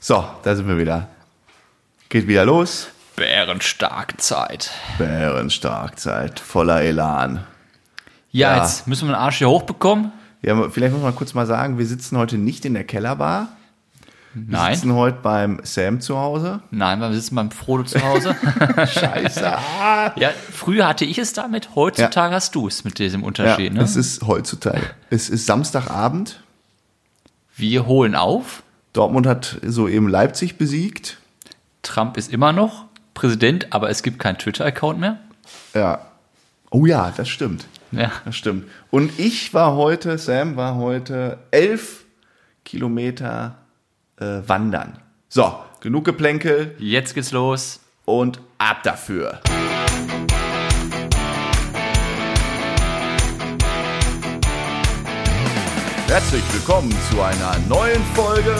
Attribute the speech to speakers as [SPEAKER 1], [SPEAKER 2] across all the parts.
[SPEAKER 1] So, da sind wir wieder. Geht wieder los.
[SPEAKER 2] Bärenstarkzeit.
[SPEAKER 1] Bärenstarkzeit, voller Elan.
[SPEAKER 2] Ja,
[SPEAKER 1] Ja.
[SPEAKER 2] jetzt müssen wir den Arsch hier hochbekommen.
[SPEAKER 1] Ja, vielleicht muss man kurz mal sagen, wir sitzen heute nicht in der Kellerbar. Wir
[SPEAKER 2] Nein,
[SPEAKER 1] sitzen heute beim Sam zu Hause.
[SPEAKER 2] nein, wir sitzen beim Frodo zu Hause.
[SPEAKER 1] Scheiße.
[SPEAKER 2] ja, früher hatte ich es damit, heutzutage hast du es mit diesem
[SPEAKER 1] ja,
[SPEAKER 2] Unterschied.
[SPEAKER 1] es
[SPEAKER 2] ne?
[SPEAKER 1] ist heutzutage. Es ist Samstagabend.
[SPEAKER 2] Wir holen auf,
[SPEAKER 1] Dortmund hat soeben Leipzig besiegt.
[SPEAKER 2] Trump ist immer noch Präsident, aber es gibt keinen Twitter-Account mehr.
[SPEAKER 1] Ja. Oh ja, das stimmt.
[SPEAKER 2] Ja.
[SPEAKER 1] Das stimmt. Und ich war heute, Sam war heute elf Kilometer äh, wandern. So, genug Geplänkel
[SPEAKER 2] Jetzt geht's los.
[SPEAKER 1] und ab dafür. Herzlich willkommen zu einer neuen Folge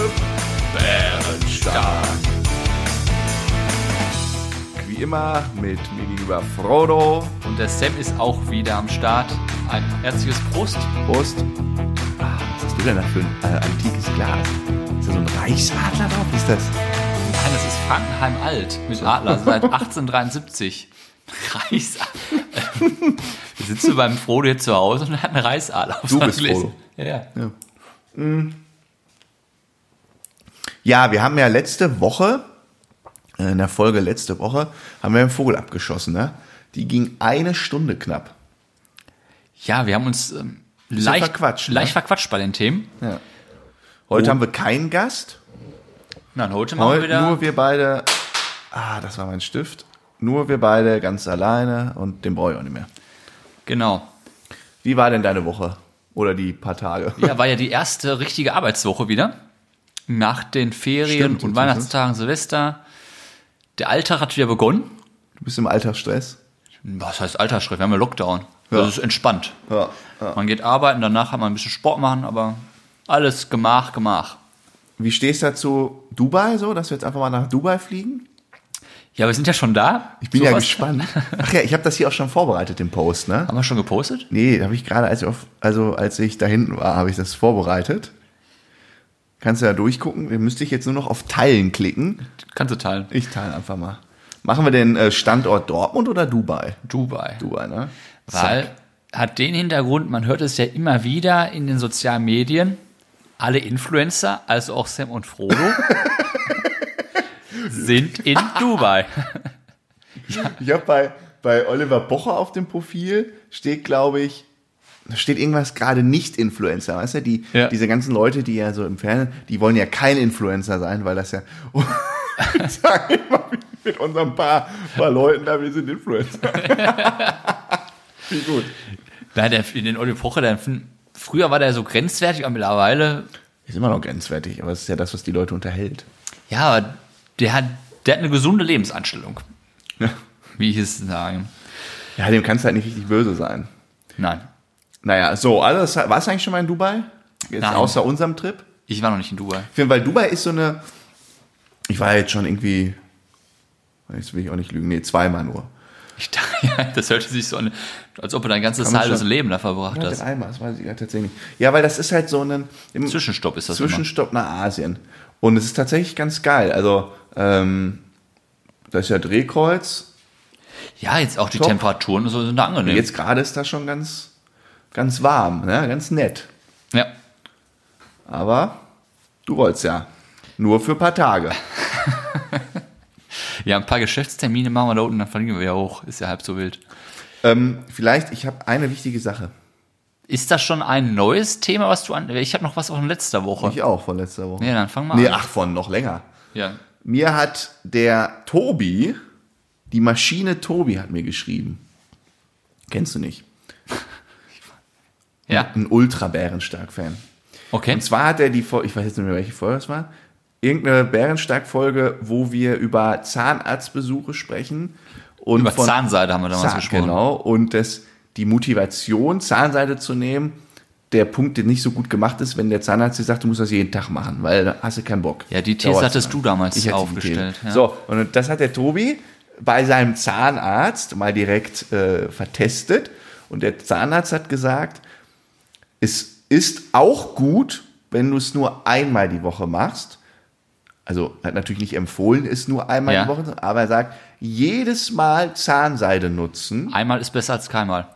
[SPEAKER 1] Bärenstark. Wie immer mit mir gegenüber Frodo.
[SPEAKER 2] Und der Sam ist auch wieder am Start. Ein herzliches Prost.
[SPEAKER 1] Prost. Ah, was hast du denn da für ein äh, antikes Glas? Ist da so ein Reichsadler drauf? Wie ist das?
[SPEAKER 2] Nein, das ist Frankenheim alt mit Adler also seit 1873. Reisadler. Jetzt sitzt du beim Frodo hier zu Hause und er hat einen Reisadler auf
[SPEAKER 1] Du
[SPEAKER 2] seinem
[SPEAKER 1] bist
[SPEAKER 2] Gläschen.
[SPEAKER 1] Frodo.
[SPEAKER 2] Ja, ja.
[SPEAKER 1] Ja, wir haben ja letzte Woche, äh, in der Folge letzte Woche, haben wir einen Vogel abgeschossen, ne? Die ging eine Stunde knapp.
[SPEAKER 2] ja, wir haben uns ähm, leicht,
[SPEAKER 1] verquatscht, ne?
[SPEAKER 2] leicht verquatscht bei den Themen.
[SPEAKER 1] Heute
[SPEAKER 2] Oh.
[SPEAKER 1] haben wir keinen Gast.
[SPEAKER 2] Nein, heute machen wir
[SPEAKER 1] Heute
[SPEAKER 2] wieder.
[SPEAKER 1] nur wir beide. Ah, das war mein Stift. Nur wir beide ganz alleine und den brauche ich auch nicht mehr.
[SPEAKER 2] genau.
[SPEAKER 1] Wie war denn deine Woche? Oder die paar Tage?
[SPEAKER 2] Ja, war ja die erste richtige Arbeitswoche wieder. Nach den Ferien
[SPEAKER 1] Stimmt,
[SPEAKER 2] und
[SPEAKER 1] stimmt,
[SPEAKER 2] Weihnachtstagen, Silvester. Der Alltag hat wieder begonnen.
[SPEAKER 1] Du bist im Alltagsstress?
[SPEAKER 2] Was heißt Alltagsschritt? Wir haben ja Lockdown.
[SPEAKER 1] Ja.
[SPEAKER 2] Das ist entspannt.
[SPEAKER 1] Ja.
[SPEAKER 2] Man geht arbeiten, danach hat man ein bisschen Sport machen, aber alles gemach, gemach.
[SPEAKER 1] Wie stehst du dazu, Dubai so, dass wir jetzt einfach mal nach Dubai fliegen?
[SPEAKER 2] Ja, wir sind ja schon da.
[SPEAKER 1] Ich bin ja
[SPEAKER 2] Sowas
[SPEAKER 1] gespannt. Ach ja, ich habe das hier auch schon vorbereitet, den Post, ne?
[SPEAKER 2] Haben wir schon gepostet?
[SPEAKER 1] Nee, habe ich gerade, als ich, auf, also als ich da hinten war, habe ich das vorbereitet. Kannst du da durchgucken? Dann müsste ich jetzt nur noch auf Teilen klicken.
[SPEAKER 2] Kannst du teilen.
[SPEAKER 1] Ich teile einfach mal. Machen wir den äh, Standort Dortmund oder Dubai?
[SPEAKER 2] Dubai.
[SPEAKER 1] Dubai, ne?
[SPEAKER 2] Weil hat den Hintergrund, man hört es ja immer wieder in den sozialen Medien, alle Influencer, also auch Sam und Frodo, sind in Dubai.
[SPEAKER 1] Ich habe bei, bei Oliver Bocher auf dem Profil steht, glaube ich, da steht irgendwas gerade nicht Influencer, weißt du? Die,
[SPEAKER 2] Ja.
[SPEAKER 1] Diese ganzen Leute, die ja so im Fernsehen, die wollen ja kein Influencer sein, weil das ja. Und die sagen immer, wir sind mit unseren paar, paar Leuten da, wir sind Influencer. Wie gut.
[SPEAKER 2] Nein, der, in den Oliver Pocher, der, früher war der so grenzwertig, aber mittlerweile
[SPEAKER 1] Ist immer noch grenzwertig, aber es ist ja das, was die Leute unterhält.
[SPEAKER 2] Ja, aber der hat, der hat eine gesunde Lebensanstellung, wie ich es sagen.
[SPEAKER 1] Ja, dem kannst du halt nicht richtig böse sein.
[SPEAKER 2] Nein,
[SPEAKER 1] Naja, so, alles, warst du eigentlich schon mal in Dubai? Jetzt
[SPEAKER 2] Nein.
[SPEAKER 1] außer unserem Trip?
[SPEAKER 2] ich war noch nicht in Dubai.
[SPEAKER 1] Ich finde, weil Dubai ist so eine. Ich war jetzt schon irgendwie. Jetzt will ich auch nicht lügen. Nee, zweimal nur.
[SPEAKER 2] Ich dachte, ja, das hörte sich so an, als ob du dein ganzes
[SPEAKER 1] man
[SPEAKER 2] halbes
[SPEAKER 1] schon-
[SPEAKER 2] Leben da verbracht
[SPEAKER 1] Das
[SPEAKER 2] hast.
[SPEAKER 1] einmal, das weiß ich ja tatsächlich nicht. Ja, weil das ist halt so ein im
[SPEAKER 2] Zwischenstopp ist das immer.
[SPEAKER 1] Zwischenstopp nach Asien. Und es ist tatsächlich ganz geil. Also, ähm, das ist ja Drehkreuz.
[SPEAKER 2] Ja, jetzt auch die
[SPEAKER 1] Top.
[SPEAKER 2] Temperaturen und so sind da angenehm.
[SPEAKER 1] Jetzt gerade ist das schon ganz, ganz warm, ne? ganz nett.
[SPEAKER 2] Ja.
[SPEAKER 1] Aber du wolltest ja. Nur für ein paar Tage.
[SPEAKER 2] ja, ein paar Geschäftstermine machen wir da unten, dann verlieren wir ja hoch. Ist ja halb so wild.
[SPEAKER 1] ähm, vielleicht, ich habe eine wichtige Sache.
[SPEAKER 2] Ist das schon ein neues Thema, was du an... Ich habe noch was von letzter Woche.
[SPEAKER 1] Ich auch von letzter Woche.
[SPEAKER 2] Ja, dann fang mal
[SPEAKER 1] Nee,
[SPEAKER 2] an.
[SPEAKER 1] ach, von noch länger.
[SPEAKER 2] Ja.
[SPEAKER 1] Mir hat der Tobi, die Maschine Tobi hat mir geschrieben. Kennst du nicht?
[SPEAKER 2] ja,
[SPEAKER 1] Ein Ultra-Bärenstark-Fan.
[SPEAKER 2] okay.
[SPEAKER 1] Und zwar hat er die Folge, ich weiß jetzt nicht mehr, welche Folge es war, irgendeine Bärenstark-Folge, wo wir über Zahnarztbesuche sprechen. Und
[SPEAKER 2] Über
[SPEAKER 1] von-
[SPEAKER 2] Zahnseide haben wir damals
[SPEAKER 1] Zahn,
[SPEAKER 2] gesprochen.
[SPEAKER 1] Genau, und das, die Motivation, Zahnseide zu nehmen, der Punkt, der nicht so gut gemacht ist, wenn der Zahnarzt dir sagt, du musst das jeden Tag machen, weil da hast du keinen Bock.
[SPEAKER 2] Ja, die These
[SPEAKER 1] Dauert's
[SPEAKER 2] hattest
[SPEAKER 1] lang.
[SPEAKER 2] du damals
[SPEAKER 1] hatte die
[SPEAKER 2] aufgestellt,
[SPEAKER 1] Idee.
[SPEAKER 2] ja.
[SPEAKER 1] So, und das hat der Tobi bei seinem Zahnarzt mal direkt äh, vertestet. Und der Zahnarzt hat gesagt, es ist auch gut, wenn du es nur einmal die Woche machst, also er hat natürlich nicht empfohlen, ist nur einmal
[SPEAKER 2] Ja.
[SPEAKER 1] die Woche, aber er sagt, jedes Mal Zahnseide nutzen
[SPEAKER 2] Einmal ist besser als keinmal.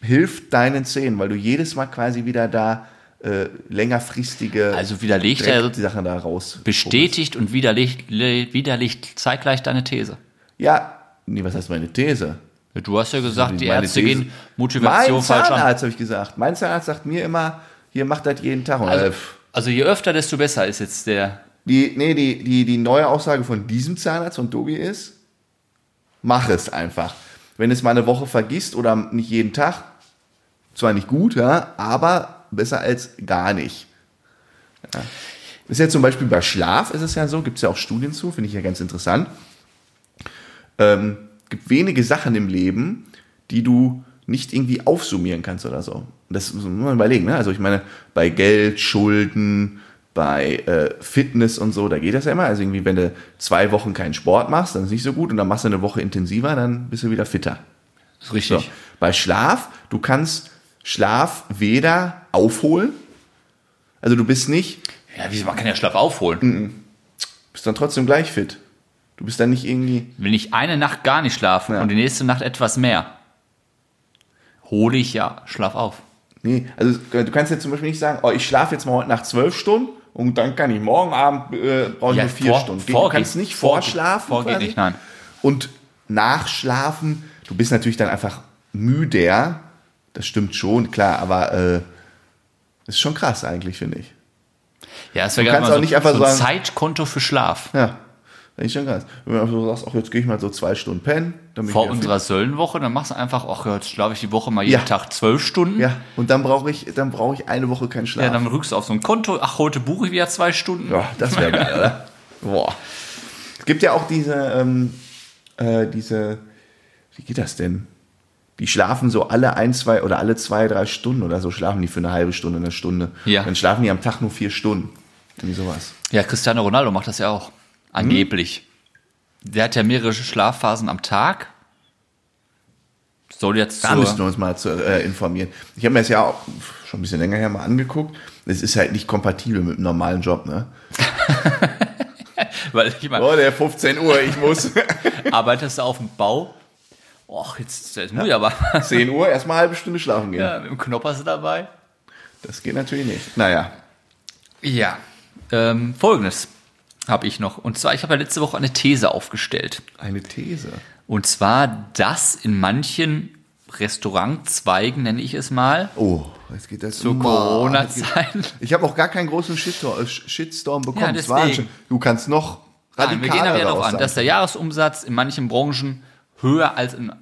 [SPEAKER 1] hilft deinen Zähnen, weil du jedes Mal quasi wieder da äh, längerfristige
[SPEAKER 2] Also widerlegt
[SPEAKER 1] Dreck,
[SPEAKER 2] er so-
[SPEAKER 1] die Sachen da raus.
[SPEAKER 2] Bestätigt und widerlegt, le- widerlegt zeitgleich deine These.
[SPEAKER 1] Ja, nee, was heißt meine These?
[SPEAKER 2] Du hast ja gesagt, die
[SPEAKER 1] Meine
[SPEAKER 2] Ärzte
[SPEAKER 1] These-
[SPEAKER 2] gehen Motivation
[SPEAKER 1] mein
[SPEAKER 2] falsch an.
[SPEAKER 1] Zahnarzt, habe ich gesagt. Mein Zahnarzt sagt mir immer, hier macht das jeden Tag. Und äh,
[SPEAKER 2] Also,
[SPEAKER 1] pff,
[SPEAKER 2] also je öfter, desto besser ist jetzt der.
[SPEAKER 1] die, nee, die, die, die neue Aussage von diesem Zahnarzt von Tobi ist, mach es einfach. Wenn du es mal eine Woche vergisst oder nicht jeden Tag, zwar nicht gut, ja, aber besser als gar nicht. Ja. Ist ja zum Beispiel bei Schlaf ist es ja so, gibt es ja auch Studien zu, finde ich ja ganz interessant. Ähm, gibt wenige Sachen im Leben, die du nicht irgendwie aufsummieren kannst oder so. Und Das muss man überlegen. Ne? Also ich meine, bei Geld, Schulden, bei äh, Fitness und so, da geht das ja immer. Also irgendwie, wenn du zwei Wochen keinen Sport machst, dann ist nicht so gut und dann machst du eine Woche intensiver, dann bist du wieder fitter.
[SPEAKER 2] Ist richtig.
[SPEAKER 1] So. Bei Schlaf, du kannst Schlaf weder aufholen, also du bist nicht,
[SPEAKER 2] Ja, wieso? Man kann ja Schlaf
[SPEAKER 1] Mhm.
[SPEAKER 2] aufholen.
[SPEAKER 1] bist dann trotzdem gleich fit. Du bist dann nicht irgendwie,
[SPEAKER 2] Wenn ich eine Nacht gar nicht schlafe
[SPEAKER 1] Ja.
[SPEAKER 2] und die nächste Nacht etwas mehr, hole ich ja Schlaf auf.
[SPEAKER 1] nee, also du kannst jetzt zum Beispiel nicht sagen, oh, ich schlafe jetzt mal heute Nacht zwölf Stunden und dann kann ich morgen Abend, äh, brauche ich
[SPEAKER 2] Ja,
[SPEAKER 1] nur vier
[SPEAKER 2] vor-
[SPEAKER 1] Stunden. du
[SPEAKER 2] vorgeht-
[SPEAKER 1] kannst nicht
[SPEAKER 2] vorgeht-
[SPEAKER 1] vorschlafen.
[SPEAKER 2] vorgeht
[SPEAKER 1] quasi.
[SPEAKER 2] nicht, nein.
[SPEAKER 1] Und nachschlafen, du bist natürlich dann einfach müder, das stimmt schon, klar, aber äh, ist schon krass eigentlich, finde ich.
[SPEAKER 2] Ja, es wäre
[SPEAKER 1] Du
[SPEAKER 2] gerne
[SPEAKER 1] kannst
[SPEAKER 2] mal
[SPEAKER 1] auch
[SPEAKER 2] so,
[SPEAKER 1] nicht einfach
[SPEAKER 2] so ein
[SPEAKER 1] sagen-
[SPEAKER 2] Zeitkonto für Schlaf.
[SPEAKER 1] Ja, das ist schon krass. Wenn du einfach so sagst, ach, jetzt gehe ich mal so zwei Stunden pennen. Dann bin
[SPEAKER 2] Vor
[SPEAKER 1] ich wieder
[SPEAKER 2] unserer Söllenwoche, dann machst du einfach, ach, jetzt schlafe ich die Woche mal jeden
[SPEAKER 1] Ja.
[SPEAKER 2] Tag zwölf Stunden.
[SPEAKER 1] fit. Ja, und dann brauche ich, dann brauche ich eine Woche keinen Schlaf.
[SPEAKER 2] Ja, dann rückst du auf so ein Konto. Ach, heute buche ich wieder zwei Stunden.
[SPEAKER 1] Ja, das wäre geil, oder? Boah. Es gibt ja auch diese, ähm, äh, diese, wie geht das denn? Die schlafen so alle ein, zwei oder alle zwei, drei Stunden oder so schlafen die für eine halbe Stunde, eine Stunde.
[SPEAKER 2] Ja.
[SPEAKER 1] Dann schlafen die am Tag nur vier Stunden. Irgendwie sowas.
[SPEAKER 2] Ja, Cristiano Ronaldo macht das ja auch. Angeblich. Der hat ja mehrere Schlafphasen am Tag. Soll jetzt
[SPEAKER 1] Da Ah, müssen wir
[SPEAKER 2] zur,
[SPEAKER 1] uns mal zu, äh, informieren. Ich habe mir das ja auch schon ein bisschen länger her mal angeguckt. Es ist halt nicht kompatibel mit einem normalen Job, ne?
[SPEAKER 2] weil ich meine,
[SPEAKER 1] Leute, 15 Oh, Uhr, ich muss.
[SPEAKER 2] arbeitest du auf dem Bau? Och, jetzt, jetzt muss ich aber
[SPEAKER 1] 10 Uhr, erstmal eine halbe Stunde schlafen gehen.
[SPEAKER 2] ja, mit dem Knoppers dabei.
[SPEAKER 1] Das geht natürlich nicht. Naja.
[SPEAKER 2] Ja. Ähm, Folgendes habe ich noch. Und zwar, ich habe ja letzte Woche eine These aufgestellt.
[SPEAKER 1] Eine These.
[SPEAKER 2] Und zwar, dass in manchen Restaurantzweigen, nenne ich es mal,
[SPEAKER 1] Oh, jetzt geht das
[SPEAKER 2] zu
[SPEAKER 1] Mann, jetzt geht-
[SPEAKER 2] Corona-Zeiten
[SPEAKER 1] Ich habe auch gar keinen großen Shitstorm, äh, Shitstorm bekommen.
[SPEAKER 2] Ja,
[SPEAKER 1] Es war ein
[SPEAKER 2] deswegen.
[SPEAKER 1] Sch- du kannst noch radikaler
[SPEAKER 2] Nein, wir gehen aber ja darauf
[SPEAKER 1] raus
[SPEAKER 2] an,
[SPEAKER 1] sein.
[SPEAKER 2] dass der Jahresumsatz in manchen Branchen höher als in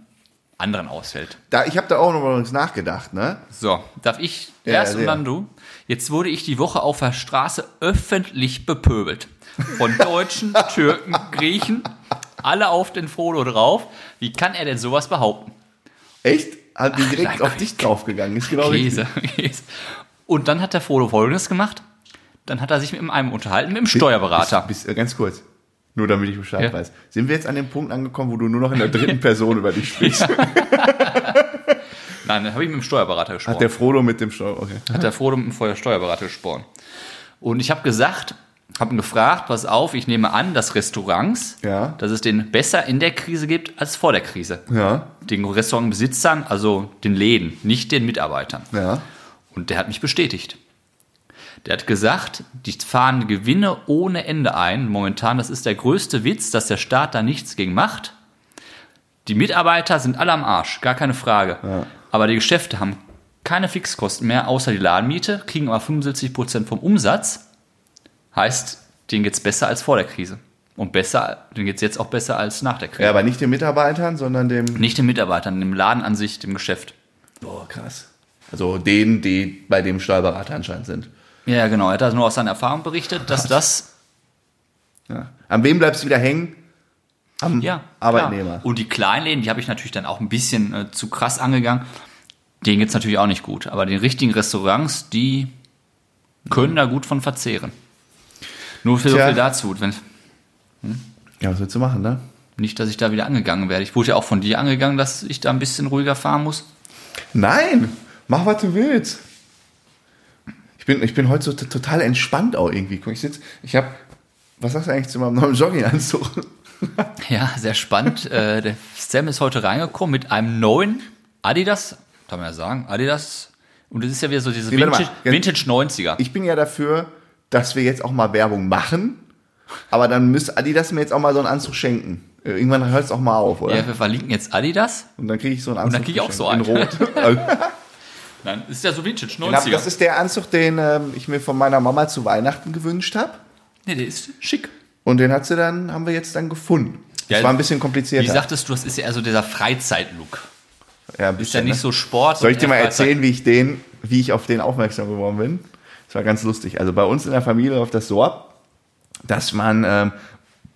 [SPEAKER 2] anderen ausfällt.
[SPEAKER 1] da, ich habe da auch noch übrigens nachgedacht, ne?
[SPEAKER 2] So, darf ich
[SPEAKER 1] Ja,
[SPEAKER 2] erst und
[SPEAKER 1] sehr.
[SPEAKER 2] dann du? Jetzt wurde ich die Woche auf der Straße öffentlich bepöbelt. Von Deutschen, Türken, Griechen, alle auf den Frodo drauf. Wie kann er denn sowas behaupten?
[SPEAKER 1] Echt? Hat die direkt
[SPEAKER 2] nein,
[SPEAKER 1] auf dich draufgegangen. Ist genau richtig.
[SPEAKER 2] Käse, Käse. Und dann hat der Frodo Folgendes gemacht. Dann hat er sich mit einem unterhalten, mit dem Steuerberater.
[SPEAKER 1] Bist, bist, äh, ganz kurz. Nur damit ich Bescheid
[SPEAKER 2] Ja.
[SPEAKER 1] weiß. Sind wir jetzt an dem Punkt angekommen, wo du nur noch in der dritten Person über dich sprichst?
[SPEAKER 2] Nein, dann habe ich mit dem Steuerberater gesprochen.
[SPEAKER 1] Hat der Frodo mit dem Stau. Okay.
[SPEAKER 2] hat der Frodo mit dem Feuer Steuerberater gesporen. Und ich habe gesagt, habe ihn gefragt, pass auf, ich nehme an, dass Restaurants,
[SPEAKER 1] Ja.
[SPEAKER 2] dass es den besser in der Krise gibt als vor der Krise.
[SPEAKER 1] Ja,
[SPEAKER 2] Den Restaurantbesitzern, also den Läden, nicht den Mitarbeitern.
[SPEAKER 1] ja.
[SPEAKER 2] Und der hat mich bestätigt. Der hat gesagt, die fahren Gewinne ohne Ende ein. Momentan, das ist der größte Witz, dass der Staat da nichts gegen macht. Die Mitarbeiter sind alle am Arsch, gar keine Frage. Aber die Geschäfte haben keine Fixkosten mehr, außer die Ladenmiete, kriegen aber 75% vom Umsatz. Heißt, denen geht's besser als vor der Krise. Und besser, denen geht's jetzt auch besser als nach der Krise.
[SPEAKER 1] Ja, aber nicht den Mitarbeitern, sondern dem.
[SPEAKER 2] Nicht den Mitarbeitern, dem Laden an sich, dem Geschäft.
[SPEAKER 1] Boah, krass. Also denen, die bei dem Steuerberater anscheinend sind.
[SPEAKER 2] Ja, genau. Er hat also nur aus seiner Erfahrung berichtet, dass das
[SPEAKER 1] Ja. An wem bleibst du wieder hängen? Am
[SPEAKER 2] Ja,
[SPEAKER 1] Arbeitnehmer.
[SPEAKER 2] Klar. Und die Kleinläden, die habe ich natürlich dann auch ein bisschen äh, zu krass angegangen. Denen geht es natürlich auch nicht gut. Aber den richtigen Restaurants, die können da gut von verzehren. Nur für so
[SPEAKER 1] Tja.
[SPEAKER 2] viel dazu. Wenn,
[SPEAKER 1] Ja, was willst du machen, ne?
[SPEAKER 2] nicht, dass ich da wieder angegangen werde. Ich wurde ja auch von dir angegangen, dass ich da ein bisschen ruhiger fahren muss.
[SPEAKER 1] Nein, mach was du willst. Ich bin, ich bin heute so t- total entspannt auch irgendwie. Guck, ich sitze, ich habe Was sagst du eigentlich zu meinem neuen Jogginganzug?
[SPEAKER 2] Ja, sehr spannend. äh, der Sam ist heute reingekommen mit einem neuen Adidas, kann man ja sagen, Adidas. Und das ist ja wieder so diese
[SPEAKER 1] Nee, warte mal.
[SPEAKER 2] Vintage, Vintage 90er.
[SPEAKER 1] Ich bin ja dafür, dass wir jetzt auch mal Werbung machen, aber dann müsste Adidas mir jetzt auch mal so einen Anzug schenken. Äh, Irgendwann hört es auch mal auf, oder?
[SPEAKER 2] Ja, wir verlinken jetzt Adidas.
[SPEAKER 1] Und dann kriege ich so einen Anzug.
[SPEAKER 2] dann krieg ich auch so
[SPEAKER 1] geschenkt, In Rot.
[SPEAKER 2] Nein, ist ja so Vintage
[SPEAKER 1] Den hab- das
[SPEAKER 2] 90er.
[SPEAKER 1] ist der Anzug, den ähm, ich mir von meiner Mama zu Weihnachten gewünscht habe.
[SPEAKER 2] Nee, der ist schick.
[SPEAKER 1] Und den hat sie dann, haben wir jetzt dann gefunden.
[SPEAKER 2] Ja,
[SPEAKER 1] das war ein bisschen
[SPEAKER 2] Wie
[SPEAKER 1] komplizierter.
[SPEAKER 2] sagtest du, das ist ja eher so dieser Freizeitlook.
[SPEAKER 1] ja, ein
[SPEAKER 2] Ist ja
[SPEAKER 1] bisschen,
[SPEAKER 2] nicht
[SPEAKER 1] ne?
[SPEAKER 2] so Sport.
[SPEAKER 1] Soll ich dir mal
[SPEAKER 2] sondern eher Freizeit.
[SPEAKER 1] erzählen, wie ich den, wie ich auf den aufmerksam geworden bin? Das war ganz lustig. Also bei uns in der Familie auf das Sorb, dass man, ähm,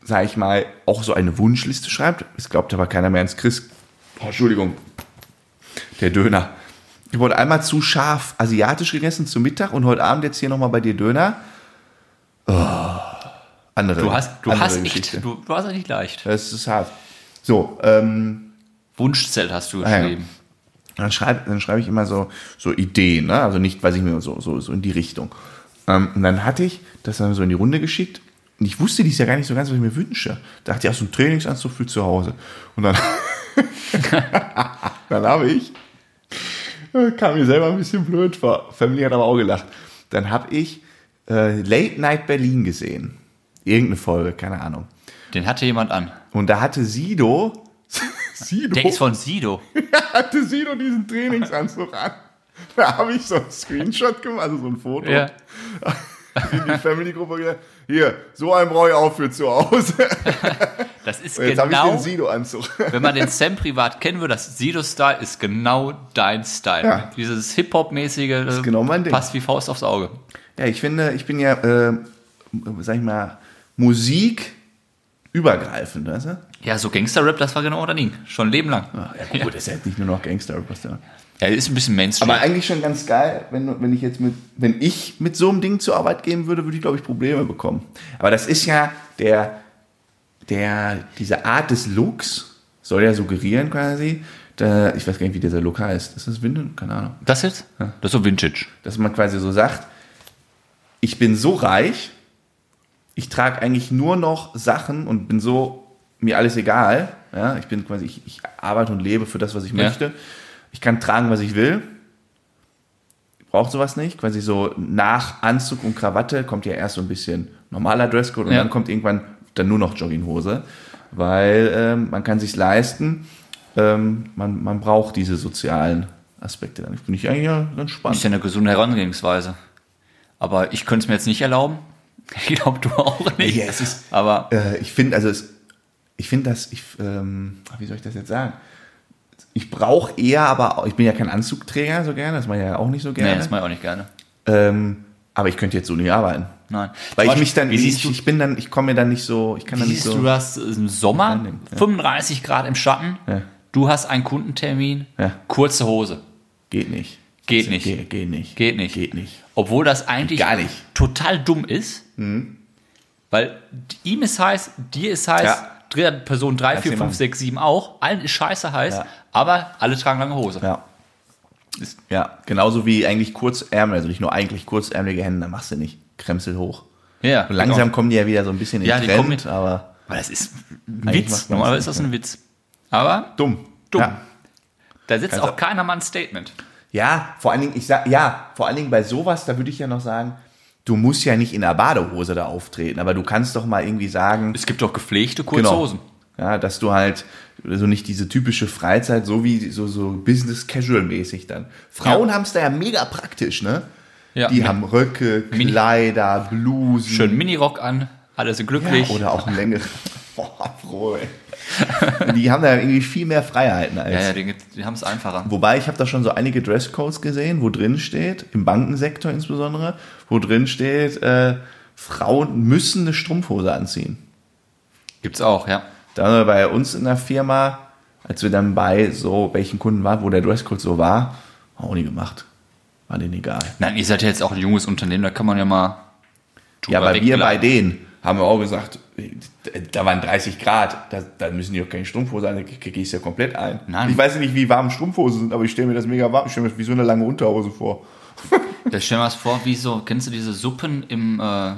[SPEAKER 1] sag ich mal, auch so eine Wunschliste schreibt. Es glaubt aber keiner mehr ins Christ. Oh, Entschuldigung. Der Döner. Ich wurde einmal zu scharf asiatisch gegessen zum Mittag und heute Abend jetzt hier nochmal bei dir Döner. Oh, andere.
[SPEAKER 2] Du hast, du
[SPEAKER 1] andere
[SPEAKER 2] hast echt,
[SPEAKER 1] Geschichte.
[SPEAKER 2] du, du hast ja nicht leicht.
[SPEAKER 1] Das ist hart. So, ähm,
[SPEAKER 2] Wunschzelt hast du
[SPEAKER 1] Ah, ja.
[SPEAKER 2] geschrieben.
[SPEAKER 1] dann schreibe dann schreibe ich immer so, so Ideen, ne? also nicht, weiß ich mir, so, so, so in die Richtung. Ähm, und dann hatte ich das dann so in die Runde geschickt und ich wusste dies ja gar nicht so ganz, was ich mir wünsche. Da dachte ich, ach, so ein Trainingsanzug für zu Hause. Und dann, dann habe ich, äh, kam mir selber ein bisschen blöd vor, Family hat aber auch gelacht, dann habe ich äh, Late Night Berlin gesehen. Irgendeine Folge, keine Ahnung.
[SPEAKER 2] Den hatte jemand an.
[SPEAKER 1] Und da hatte Sido, Sido
[SPEAKER 2] Der ist von Sido.
[SPEAKER 1] hatte Sido diesen Trainingsanzug an. Da habe ich so einen Screenshot gemacht, also so ein Foto.
[SPEAKER 2] Ja.
[SPEAKER 1] In die Family-Gruppe gesagt, hier, so einen brauche ich auch für zu Hause.
[SPEAKER 2] Das ist
[SPEAKER 1] Jetzt habe ich
[SPEAKER 2] genau,
[SPEAKER 1] den Sido-Anzug.
[SPEAKER 2] wenn man den Sam privat kennen würde, das Sido-Style ist genau dein Style.
[SPEAKER 1] Ja.
[SPEAKER 2] Dieses Hip-Hop-mäßige äh,
[SPEAKER 1] genau mein Ding.
[SPEAKER 2] passt wie Faust aufs Auge.
[SPEAKER 1] Ja, ich finde, ich bin ja, äh, sag ich mal, Musik übergreifend, weißt du?
[SPEAKER 2] Ja, so Gangster-Rap, das war genau unser Ding. Schon ein Leben lang.
[SPEAKER 1] Ach, ja, gut, das ist jetzt nicht nur noch gangster was da.
[SPEAKER 2] Ja, ist ein bisschen Mainstream.
[SPEAKER 1] Aber eigentlich schon ganz geil, wenn, du- wenn ich jetzt mit, wenn ich mit so einem Ding zur Arbeit gehen würde, würde ich, glaube ich, Probleme bekommen. Aber das ist ja der, der, diese Art des Looks soll ja suggerieren quasi, da, ich weiß gar nicht, wie dieser Look heißt. Ist das Winden? Keine Ahnung.
[SPEAKER 2] das jetzt? Das ist so Vintage.
[SPEAKER 1] Dass man quasi so sagt, ich bin so reich, ich trage eigentlich nur noch Sachen und bin so, mir alles egal. Ja, ich bin quasi, ich, ich arbeite und lebe für das, was ich
[SPEAKER 2] Ja.
[SPEAKER 1] möchte. Ich kann tragen, was ich will. Braucht sowas nicht. Quasi so nach Anzug und Krawatte kommt ja erst so ein bisschen normaler Dresscode und
[SPEAKER 2] Ja.
[SPEAKER 1] dann kommt irgendwann dann nur noch Jogginghose, weil ähm, man kann sich leisten. Ähm, man, man braucht diese sozialen Aspekte dann. Finde ich eigentlich ja ganz spannend.
[SPEAKER 2] Ist ja eine gesunde Herangehensweise. Aber ich könnte es mir jetzt nicht erlauben. Ich glaube, du auch nicht.
[SPEAKER 1] Ja, es ist-
[SPEAKER 2] Aber
[SPEAKER 1] äh, ich finde, also es, ich finde das, ich, ähm, wie soll ich das jetzt sagen? Ich brauche eher, aber auch- ich bin ja kein Anzugträger so gerne, das mache ich ja auch nicht so
[SPEAKER 2] nee,
[SPEAKER 1] gerne.
[SPEAKER 2] das mache ich auch nicht gerne.
[SPEAKER 1] ähm, aber ich könnte jetzt so nicht arbeiten.
[SPEAKER 2] Nein.
[SPEAKER 1] Weil
[SPEAKER 2] Zum
[SPEAKER 1] ich mich
[SPEAKER 2] Beispiel,
[SPEAKER 1] dann,
[SPEAKER 2] wie siehst
[SPEAKER 1] ich,
[SPEAKER 2] du,
[SPEAKER 1] ich bin dann, ich komme mir dann nicht so, ich kann
[SPEAKER 2] wie
[SPEAKER 1] dann nicht
[SPEAKER 2] siehst du
[SPEAKER 1] so.
[SPEAKER 2] das im Sommer?
[SPEAKER 1] Nein, ja.
[SPEAKER 2] 35 Grad im Schatten.
[SPEAKER 1] Ja.
[SPEAKER 2] Du hast einen Kundentermin.
[SPEAKER 1] Ja.
[SPEAKER 2] Kurze Hose.
[SPEAKER 1] Geht nicht.
[SPEAKER 2] Geht nicht.
[SPEAKER 1] Geht, geht nicht.
[SPEAKER 2] Geht nicht.
[SPEAKER 1] Geht nicht.
[SPEAKER 2] Obwohl das eigentlich
[SPEAKER 1] Gar nicht. Mhm.
[SPEAKER 2] total dumm ist. Weil ihm ist heiß, dir ist heiß,
[SPEAKER 1] Ja.
[SPEAKER 2] dritter Person 3,
[SPEAKER 1] Kannst
[SPEAKER 2] 4,
[SPEAKER 1] du
[SPEAKER 2] 5,
[SPEAKER 1] machen.
[SPEAKER 2] 6, 7 auch. Allen ist scheiße heiß,
[SPEAKER 1] Ja.
[SPEAKER 2] aber alle tragen lange Hose.
[SPEAKER 1] Ja.
[SPEAKER 2] Ist-
[SPEAKER 1] ja, genauso wie eigentlich Kurzärmel, also nicht nur eigentlich kurzärmelige Hände, dann machst du nicht. Kremsel hoch.
[SPEAKER 2] Ja,
[SPEAKER 1] Und langsam kommen die ja wieder so ein bisschen in
[SPEAKER 2] Genau. Ja, die kommen
[SPEAKER 1] Trend,
[SPEAKER 2] mit-
[SPEAKER 1] aber
[SPEAKER 2] Weil das ist ein
[SPEAKER 1] Eigentlich macht
[SPEAKER 2] Witz.
[SPEAKER 1] man's
[SPEAKER 2] Normalerweise
[SPEAKER 1] nicht,
[SPEAKER 2] ist das ein Witz. Aber
[SPEAKER 1] dumm.
[SPEAKER 2] Dumm.
[SPEAKER 1] Ja.
[SPEAKER 2] da setzt
[SPEAKER 1] Kannst
[SPEAKER 2] auch keiner mal ein Statement.
[SPEAKER 1] Ja, vor allen Dingen, ich sag, ja, vor allen Dingen bei sowas, da würde ich ja noch sagen, du musst ja nicht in der Badehose da auftreten, aber du kannst doch mal irgendwie sagen, genau,
[SPEAKER 2] Es gibt doch gepflegte Kurzhosen.
[SPEAKER 1] ja, dass du halt so nicht diese typische Freizeit, so wie so, so Business Casual mäßig dann. Frauen haben's
[SPEAKER 2] Ja.
[SPEAKER 1] haben es da ja mega praktisch, ne?
[SPEAKER 2] Ja.
[SPEAKER 1] Die haben Röcke,
[SPEAKER 2] Mini-
[SPEAKER 1] Kleider, Blusen.
[SPEAKER 2] Schön Minirock an, alle sind glücklich.
[SPEAKER 1] Ja, oder auch ein längere. Boah, Bro, ey. Die haben da irgendwie viel mehr Freiheiten als
[SPEAKER 2] ja, ja, die, die haben es einfacher.
[SPEAKER 1] Wobei ich habe da schon so einige Dresscodes gesehen, wo drin steht, im Bankensektor insbesondere, wo drin steht, äh, Frauen müssen eine Strumpfhose anziehen.
[SPEAKER 2] Gibt's auch, ja.
[SPEAKER 1] Da haben wir bei uns in der Firma, als wir dann bei so welchen Kunden waren, wo der Dresscode so war, auch nie gemacht. War denen egal.
[SPEAKER 2] Nein, ihr seid ja jetzt auch ein junges Unternehmen, da kann man ja mal
[SPEAKER 1] ja,
[SPEAKER 2] drüber
[SPEAKER 1] bei wir bei
[SPEAKER 2] wegbleiben.
[SPEAKER 1] denen haben wir auch gesagt, da waren 30 Grad, da, da müssen die auch keine Strumpfhose an, da kriege ich es ja komplett ein.
[SPEAKER 2] Nein.
[SPEAKER 1] Ich weiß nicht, wie warm Strumpfhosen sind, aber ich stelle mir das mega warm, ich stelle mir das wie so eine lange Unterhose vor.
[SPEAKER 2] Da stell dir mal vor, wie so, kennst du diese Suppen im äh,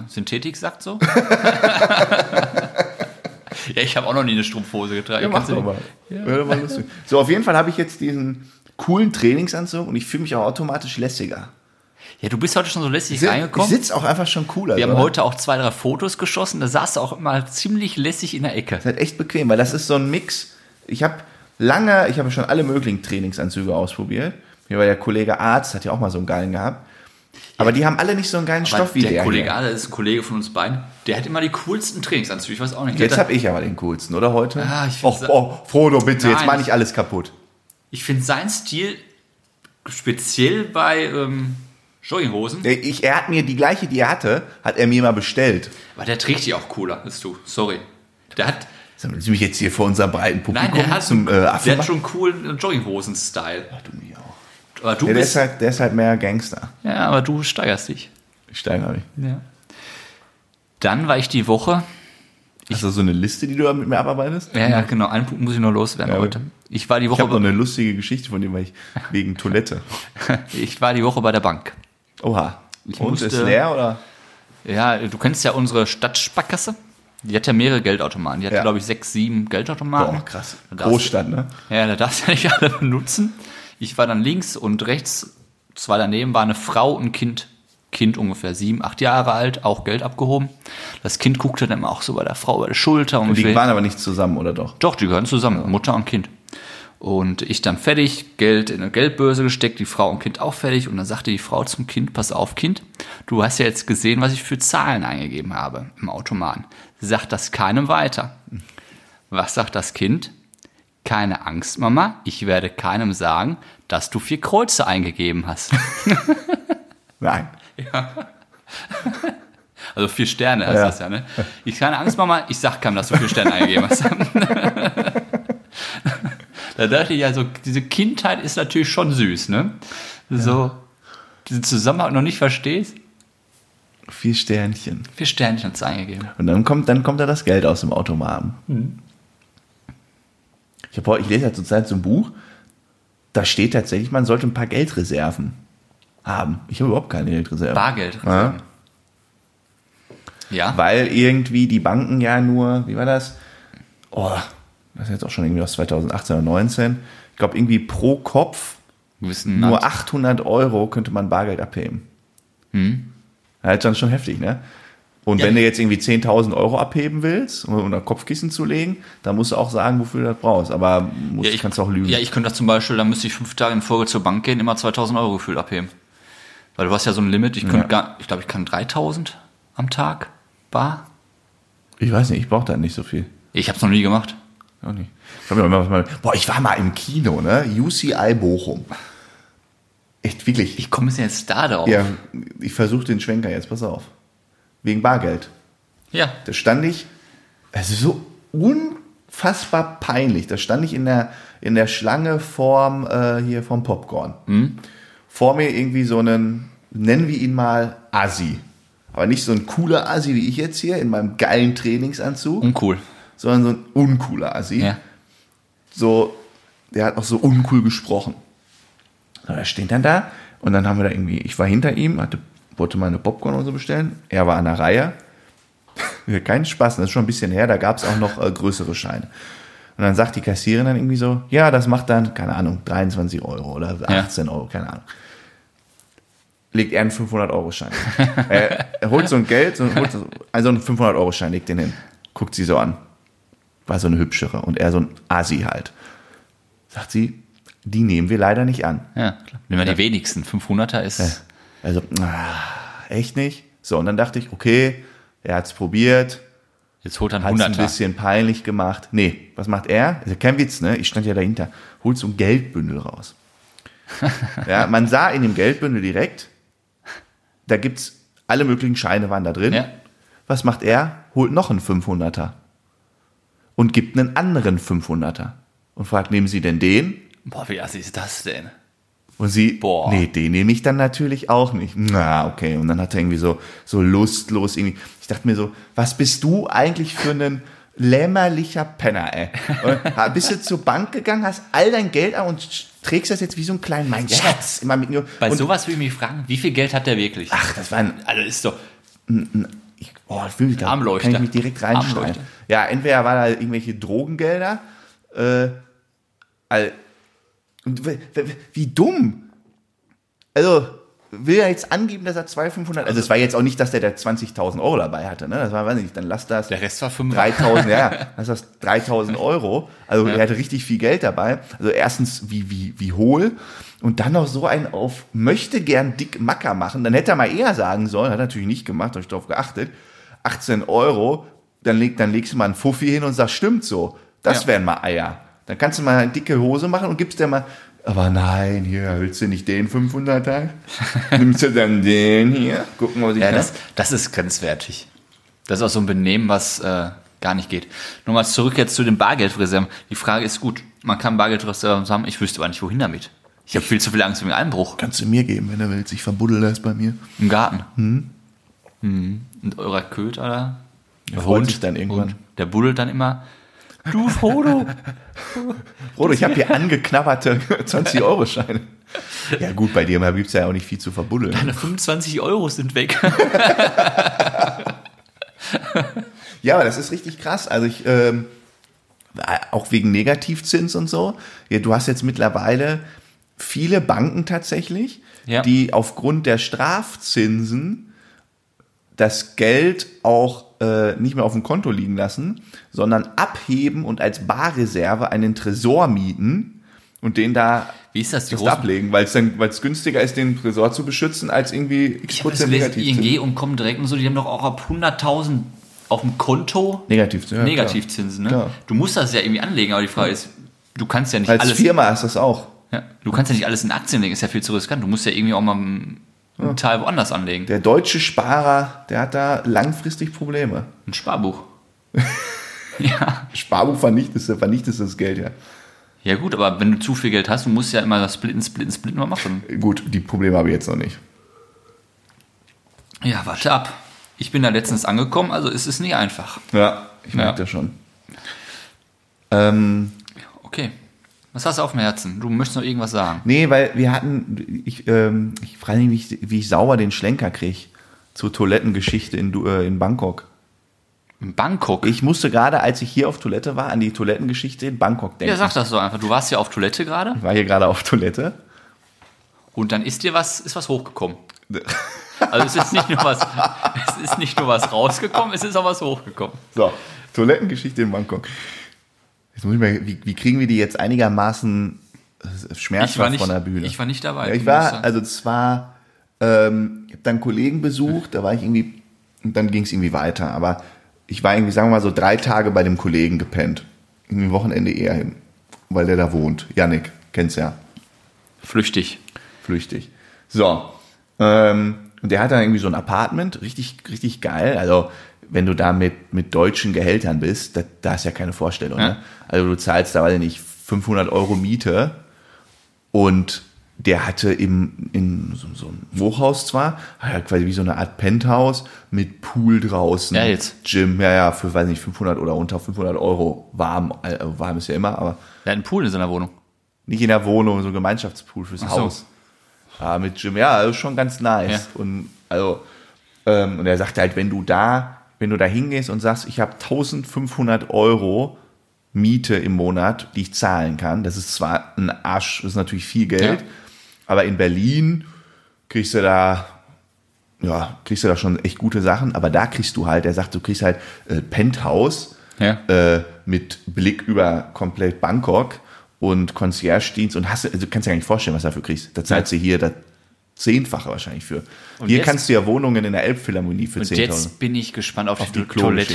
[SPEAKER 2] Synthetiksack so? ja, ich habe auch noch nie eine Strumpfhose getragen.
[SPEAKER 1] Ja, mach
[SPEAKER 2] Kennst du
[SPEAKER 1] doch
[SPEAKER 2] die?
[SPEAKER 1] mal. Wäre doch mal lustig. So, auf jeden Fall habe ich jetzt diesen coolen Trainingsanzug und ich fühle mich auch automatisch lässiger.
[SPEAKER 2] ja, du bist heute schon so lässig
[SPEAKER 1] Ich
[SPEAKER 2] reingekommen.
[SPEAKER 1] sitze auch einfach schon cooler.
[SPEAKER 2] Wir haben
[SPEAKER 1] drin.
[SPEAKER 2] heute auch zwei, drei Fotos geschossen. Da saß du auch immer ziemlich lässig in der Ecke.
[SPEAKER 1] Das ist halt echt bequem, weil das ist so ein Mix. Ich habe lange, ich habe schon alle möglichen Trainingsanzüge ausprobiert. Hier war der Kollege Arzt, hat ja auch mal so einen geilen gehabt. Aber die haben alle nicht so einen geilen Stoff wie
[SPEAKER 2] der,
[SPEAKER 1] der. hier.
[SPEAKER 2] Kollege, ah, das ist ein Kollege von uns beiden, der hat immer die coolsten Trainingsanzüge. Ich weiß auch nicht. der
[SPEAKER 1] Jetzt
[SPEAKER 2] hat-
[SPEAKER 1] habe ich aber den coolsten, oder heute?
[SPEAKER 2] Ah, ich
[SPEAKER 1] Och,
[SPEAKER 2] sa-
[SPEAKER 1] oh, Frodo, bitte, jetzt
[SPEAKER 2] Nein,
[SPEAKER 1] mach
[SPEAKER 2] ich-
[SPEAKER 1] nicht alles kaputt.
[SPEAKER 2] ich finde seinen Stil speziell bei ähm, Jogginghosen,
[SPEAKER 1] Ey, Ich, er hat mir die gleiche, die er hatte, hat er mir mal bestellt.
[SPEAKER 2] aber der trägt die auch cooler als du. Sorry. Der hat,
[SPEAKER 1] Sollen Sie mich jetzt hier vor unserem breiten
[SPEAKER 2] nein,
[SPEAKER 1] Publikum
[SPEAKER 2] der hat,
[SPEAKER 1] zum äh, Affen
[SPEAKER 2] der hat
[SPEAKER 1] machen?
[SPEAKER 2] schon coolen äh, Jogginghosen-Style.
[SPEAKER 1] Ach, du mich auch.
[SPEAKER 2] Aber du
[SPEAKER 1] Ja, der, ist
[SPEAKER 2] bist,
[SPEAKER 1] halt, der ist halt mehr Gangster.
[SPEAKER 2] ja, aber du steigerst dich.
[SPEAKER 1] Ich steigere mich.
[SPEAKER 2] Ja. Dann war ich die Woche,
[SPEAKER 1] Hast du so eine Liste, die du da mit mir abarbeitest?
[SPEAKER 2] ja, ja, genau, einen Punkt muss ich noch loswerden
[SPEAKER 1] Mhm. Ja,
[SPEAKER 2] heute. Ich war die
[SPEAKER 1] Ich
[SPEAKER 2] Woche,
[SPEAKER 1] habe noch eine lustige Geschichte von dem, weil ich wegen Toilette.
[SPEAKER 2] ich war die Woche bei der Bank.
[SPEAKER 1] Oha.
[SPEAKER 2] Ich
[SPEAKER 1] Und
[SPEAKER 2] musste-
[SPEAKER 1] ist leer oder?
[SPEAKER 2] Ja, du kennst ja unsere Stadtsparkasse. Die hat ja mehrere Geldautomaten. Die hat,
[SPEAKER 1] Ja.
[SPEAKER 2] glaube ich, sechs, sieben Geldautomaten.
[SPEAKER 1] Boah, krass.
[SPEAKER 2] Da darfst-
[SPEAKER 1] Großstadt, ne?
[SPEAKER 2] Ja, da darfst du nicht alle benutzen. Ich war dann links und rechts, zwei daneben, war eine Frau und ein Kind. Kind ungefähr sieben, acht Jahre alt, auch Geld abgehoben. Das Kind guckte dann auch so bei der Frau über die Schulter. Und
[SPEAKER 1] Die
[SPEAKER 2] ich will-
[SPEAKER 1] waren aber nicht zusammen, oder doch?
[SPEAKER 2] doch, die gehören zusammen, Mutter und Kind. Und ich dann fertig, Geld in eine Geldbörse gesteckt, die Frau und Kind auch fertig. Und dann sagte die Frau zum Kind, pass auf, Kind, du hast ja jetzt gesehen, was ich für Zahlen eingegeben habe im Automaten. Sag das keinem weiter. Was sagt das Kind? Keine Angst, Mama, ich werde keinem sagen, dass du vier Kreuze eingegeben hast.
[SPEAKER 1] Nein.
[SPEAKER 2] Also vier Sterne heißt
[SPEAKER 1] Ja.
[SPEAKER 2] das ja, ne? Ich keine Angst, Mama, ich sag keinem, dass du vier Sterne eingegeben hast. da dachte ich ja so, diese Kindheit ist natürlich schon süß, ne? So, diesen Zusammenhang noch nicht verstehst,
[SPEAKER 1] Vier Sternchen.
[SPEAKER 2] vier Sternchen hat's eingegeben.
[SPEAKER 1] Und dann kommt, dann kommt da das Geld aus dem Automaten. Ich, hab, heute- ich lese ja zurzeit so ein Buch, da steht tatsächlich, man sollte ein paar Geldreserven haben. Ich habe überhaupt keine Geldreserven.
[SPEAKER 2] Bargeld.
[SPEAKER 1] Ja.
[SPEAKER 2] Ja,
[SPEAKER 1] Weil irgendwie die Banken ja nur, wie war das? Oh, das ist jetzt auch schon irgendwie aus 2018 oder 19. Ich glaube, irgendwie pro Kopf
[SPEAKER 2] wir wissen ne?
[SPEAKER 1] nur 800 Euro könnte man Bargeld abheben. Das ist dann schon heftig, ne? Und
[SPEAKER 2] Hm? Ja.
[SPEAKER 1] wenn du jetzt irgendwie 10.000 Euro abheben willst, um unter Kopfkissen zu legen, dann musst du auch sagen, wofür du das brauchst. Aber musst,
[SPEAKER 2] Ja, ich-
[SPEAKER 1] kannst auch lügen.
[SPEAKER 2] Ja, ich könnte das zum Beispiel, dann müsste ich fünf Tage in Folge zur Bank gehen, immer 2000 Euro gefühlt abheben. Weil du hast ja so ein Limit, ich könnte
[SPEAKER 1] Ja.
[SPEAKER 2] gar, ich glaube, ich kann 3000 am Tag bar.
[SPEAKER 1] ich weiß nicht, ich brauche da nicht so viel.
[SPEAKER 2] Ich habe es noch nie gemacht.
[SPEAKER 1] Auch nicht. Ich hab mir immer was mal- Boah, ich war mal im Kino, ne? UCI Bochum. Echt, wirklich.
[SPEAKER 2] Ich komme jetzt da drauf.
[SPEAKER 1] Ja, ich versuche den Schwenker jetzt, pass auf. Wegen Bargeld.
[SPEAKER 2] Ja.
[SPEAKER 1] Da stand ich, es ist so unfassbar peinlich. Da stand ich in der, in der Schlange vorm, äh, hier vom Popcorn. Vor mir irgendwie so einen, nennen wir ihn mal Assi. Aber nicht so ein cooler Assi wie ich jetzt hier in meinem geilen Trainingsanzug,
[SPEAKER 2] Uncool.
[SPEAKER 1] sondern so ein uncooler Assi
[SPEAKER 2] Hm? Ja.
[SPEAKER 1] so, der hat auch so uncool gesprochen. So, er steht dann da und dann haben wir da irgendwie, ich war hinter ihm, hatte, wollte meine Popcorn und so bestellen. Er war an der Reihe. Wir keinen Spaß, das ist schon ein bisschen her, da gab es auch noch äh, größere Scheine. Und dann sagt die Kassiererin dann irgendwie so, ja, das macht dann, keine Ahnung, 23 Euro oder 18 Euro, keine Ahnung. Legt er einen 500-Euro-Schein. er, er holt so ein Geld, so, holt so, also einen 500-Euro-Schein, legt den hin. Guckt sie so an war so eine hübschere und er so ein Asi halt. Sagt sie, die nehmen wir leider nicht an.
[SPEAKER 2] Ja, klar. Nehmen wir die wenigsten. 500er ist.
[SPEAKER 1] Also, ah, echt nicht? So, und dann dachte ich, okay, er hat's probiert,
[SPEAKER 2] Jetzt holt er einen
[SPEAKER 1] hat's ein
[SPEAKER 2] 100er.
[SPEAKER 1] bisschen peinlich gemacht. Nee, was macht er? Also kein Witz, ne? Ich stand ja dahinter. Holt so ein Geldbündel raus. ja, man sah in dem Geldbündel direkt, da gibt's alle möglichen Scheine waren da drin.
[SPEAKER 2] Ja.
[SPEAKER 1] Was macht er? Holt noch einen 500er und gibt einen anderen 500er und fragt, nehmen Sie denn den?
[SPEAKER 2] Boah, wie assi ist das denn?
[SPEAKER 1] Und sie,
[SPEAKER 2] Boah.
[SPEAKER 1] nee, den nehme ich dann natürlich auch nicht. Na, okay. Und dann hat er irgendwie so, so lustlos irgendwie. Ich dachte mir so, was bist du eigentlich für ein lämmerlicher Penner, ey. Und ha- bist du zur Bank gegangen, hast all dein Geld an und sch- trägst das jetzt wie so einen kleinen mein Schatz immer mit mir.
[SPEAKER 2] Bei
[SPEAKER 1] und,
[SPEAKER 2] sowas würde ich mich fragen, wie viel Geld hat der wirklich?
[SPEAKER 1] ach, das war ein
[SPEAKER 2] Also ist doch.
[SPEAKER 1] ich, oh, ich will mich da
[SPEAKER 2] Armleuchter.
[SPEAKER 1] kann ich mich direkt reinschneiden.
[SPEAKER 2] Armleuchter.
[SPEAKER 1] Ja, entweder war da irgendwelche Drogengelder, äh, all, und w- w- wie dumm. Also will er jetzt angeben, dass er 2500, also es war jetzt auch nicht, dass der da 20.000 Euro dabei hatte, ne? Das war, weiß ich nicht, dann lass das.
[SPEAKER 2] Der Rest war 5.
[SPEAKER 1] 3000, ja, ja. das ist 3000 Euro. Also er hatte richtig viel Geld dabei. Also erstens, wie, wie, wie hohl. Und dann noch so einen auf möchte gern dick Macker machen. Dann hätte er mal eher sagen sollen, hat er natürlich nicht gemacht, habe ich darauf geachtet. 18 Euro, dann, leg, dann legst du mal einen Fuffi hin und sagst, stimmt so. Das
[SPEAKER 2] Ja.
[SPEAKER 1] wären mal Eier. Dann kannst du mal eine dicke Hose machen und gibst dir mal, aber nein, hier, willst du nicht den 500er? Nimmst du dann den hier? Gucken, was ich
[SPEAKER 2] Ja,
[SPEAKER 1] hab.
[SPEAKER 2] das, das ist grenzwertig. Das ist auch so ein Benehmen, was äh, gar nicht geht. Nochmal zurück jetzt zu den Bargeldreserven. Die Frage ist gut, man kann Bargeldreserven haben, ich wüsste aber nicht, wohin damit. Ich habe viel zu viel Angst wegen Einbruch
[SPEAKER 1] Kannst du mir geben, wenn du willst. Ich verbuddel das bei mir.
[SPEAKER 2] im Garten.
[SPEAKER 1] Hm.
[SPEAKER 2] Mhm. Und eurer Köter da? Der
[SPEAKER 1] freut sich dann irgendwann.
[SPEAKER 2] Hund, der buddelt dann immer. Du Frodo!
[SPEAKER 1] Bruder, ich habe hier angeknabberte 20-Euro-Scheine. Ja gut, bei dir gibt es ja auch nicht viel zu verbuddeln.
[SPEAKER 2] Deine 25 Euro sind weg.
[SPEAKER 1] Ja, aber das ist richtig krass. Also ich, ähm, auch wegen Negativzins und so. Ja, du hast jetzt mittlerweile viele Banken tatsächlich,
[SPEAKER 2] Ja.
[SPEAKER 1] die aufgrund der Strafzinsen das Geld auch äh, nicht mehr auf dem Konto liegen lassen, sondern abheben und als Barreserve einen Tresor mieten und den da
[SPEAKER 2] Wie ist das? Die
[SPEAKER 1] das
[SPEAKER 2] großen
[SPEAKER 1] ablegen, weil es dann, weil es günstiger ist, den Tresor zu beschützen, als irgendwie x
[SPEAKER 2] Ich habe das
[SPEAKER 1] Prozent
[SPEAKER 2] gelesen,
[SPEAKER 1] negativ
[SPEAKER 2] ING und kommen direkt und so, die haben doch auch ab 100.000 auf dem Konto
[SPEAKER 1] Negativ, ja, klar.
[SPEAKER 2] Negativzinsen. Ne?
[SPEAKER 1] Klar.
[SPEAKER 2] Du musst das ja irgendwie anlegen, aber die Frage ist, du kannst ja nicht
[SPEAKER 1] Als
[SPEAKER 2] alles,
[SPEAKER 1] Firma ist das auch.
[SPEAKER 2] ja, du kannst ja nicht alles in Aktien legen, ist ja viel zu riskant. Du musst ja irgendwie auch mal einen Teil woanders anlegen.
[SPEAKER 1] Der deutsche Sparer, der hat da langfristig Probleme.
[SPEAKER 2] Ein Sparbuch. ja.
[SPEAKER 1] Sparbuch vernichtest du, vernichtest du das Geld, ja.
[SPEAKER 2] ja gut, aber wenn du zu viel Geld hast, du musst ja immer das splitten, splitten, splitten mal machen.
[SPEAKER 1] Gut, die Probleme habe ich jetzt noch nicht.
[SPEAKER 2] Ja, warte ab. Ich bin da letztens angekommen, also ist es nicht einfach.
[SPEAKER 1] Ja, ich merke
[SPEAKER 2] Ja.
[SPEAKER 1] das schon. Ähm,
[SPEAKER 2] Okay. Was hast du auf dem Herzen? Du möchtest noch irgendwas sagen.
[SPEAKER 1] nee, weil wir hatten, ich, ähm, ich frage mich, wie ich, wie ich sauber den Schlenker kriege zur Toilettengeschichte in, Du- äh, in Bangkok.
[SPEAKER 2] In Bangkok.
[SPEAKER 1] Ich musste gerade, als ich hier auf Toilette war, an die Toilettengeschichte in Bangkok denken.
[SPEAKER 2] Ja, sag das so einfach. Du warst ja auf Toilette gerade.
[SPEAKER 1] Ich war hier gerade auf Toilette.
[SPEAKER 2] Und dann ist dir was, ist was hochgekommen. Also es ist nicht nur was, es ist nicht nur was rausgekommen, es ist auch was hochgekommen.
[SPEAKER 1] So, Toilettengeschichte in Bangkok. Jetzt muss ich mal, wie, wie kriegen wir die jetzt einigermaßen äh,
[SPEAKER 2] Ich war
[SPEAKER 1] schmerzhaft
[SPEAKER 2] nicht,
[SPEAKER 1] von der Bühne?
[SPEAKER 2] ich war nicht dabei.
[SPEAKER 1] ja, ich
[SPEAKER 2] Du musst
[SPEAKER 1] war,
[SPEAKER 2] sagen.
[SPEAKER 1] also es war, ähm, ich habe dann Kollegen besucht, da war ich irgendwie, und dann ging es irgendwie weiter. Aber ich war irgendwie, sagen wir mal, so drei Tage bei dem Kollegen gepennt. Irgendwie am Wochenende eher hin, weil der da wohnt. Yannick, kennst ja
[SPEAKER 2] also flüchtig.
[SPEAKER 1] flüchtig. So. Ähm, und der hat da irgendwie so ein Apartment, richtig, richtig geil. Also, wenn du da mit, mit deutschen Gehältern bist, da, da ist ja keine Vorstellung.
[SPEAKER 2] Ja.
[SPEAKER 1] Ne? Also, du zahlst da, weiß ich nicht, 500 Euro Miete und der hatte im, in so, so einem Hochhaus zwar, hat er quasi wie so eine Art Penthouse mit Pool draußen.
[SPEAKER 2] Ja, jetzt.
[SPEAKER 1] Gym, ja, ja, für, weiß nicht, 500 oder unter 500 Euro warm, äh, warm ist ja immer, aber
[SPEAKER 2] Der hat einen Pool in seiner Wohnung.
[SPEAKER 1] nicht in der Wohnung, so ein Gemeinschaftspool fürs
[SPEAKER 2] so.
[SPEAKER 1] Haus. Ja, mit Jim, ja, das ist schon ganz nice.
[SPEAKER 2] Ja.
[SPEAKER 1] Und also, ähm, und er sagte halt, wenn du da, wenn du da hingehst und sagst, ich habe 1500 Euro Miete im Monat, die ich zahlen kann, das ist zwar ein Arsch, das ist natürlich viel Geld,
[SPEAKER 2] Ja.
[SPEAKER 1] aber in Berlin kriegst du da, ja, kriegst du da schon echt gute Sachen, aber da kriegst du halt, er sagt, du kriegst halt äh, Penthouse,
[SPEAKER 2] Ja.
[SPEAKER 1] äh, mit Blick über komplett Bangkok und Concierge-Dienst und hast, du- also du kannst dir gar nicht vorstellen, was du dafür kriegst. Da zahlst du hier das Zehnfache wahrscheinlich für. hier
[SPEAKER 2] jetzt-
[SPEAKER 1] kannst du ja Wohnungen in der Elbphilharmonie für
[SPEAKER 2] Und
[SPEAKER 1] 10.000.
[SPEAKER 2] jetzt bin ich gespannt auf, die,
[SPEAKER 1] die Klo-
[SPEAKER 2] Toilette.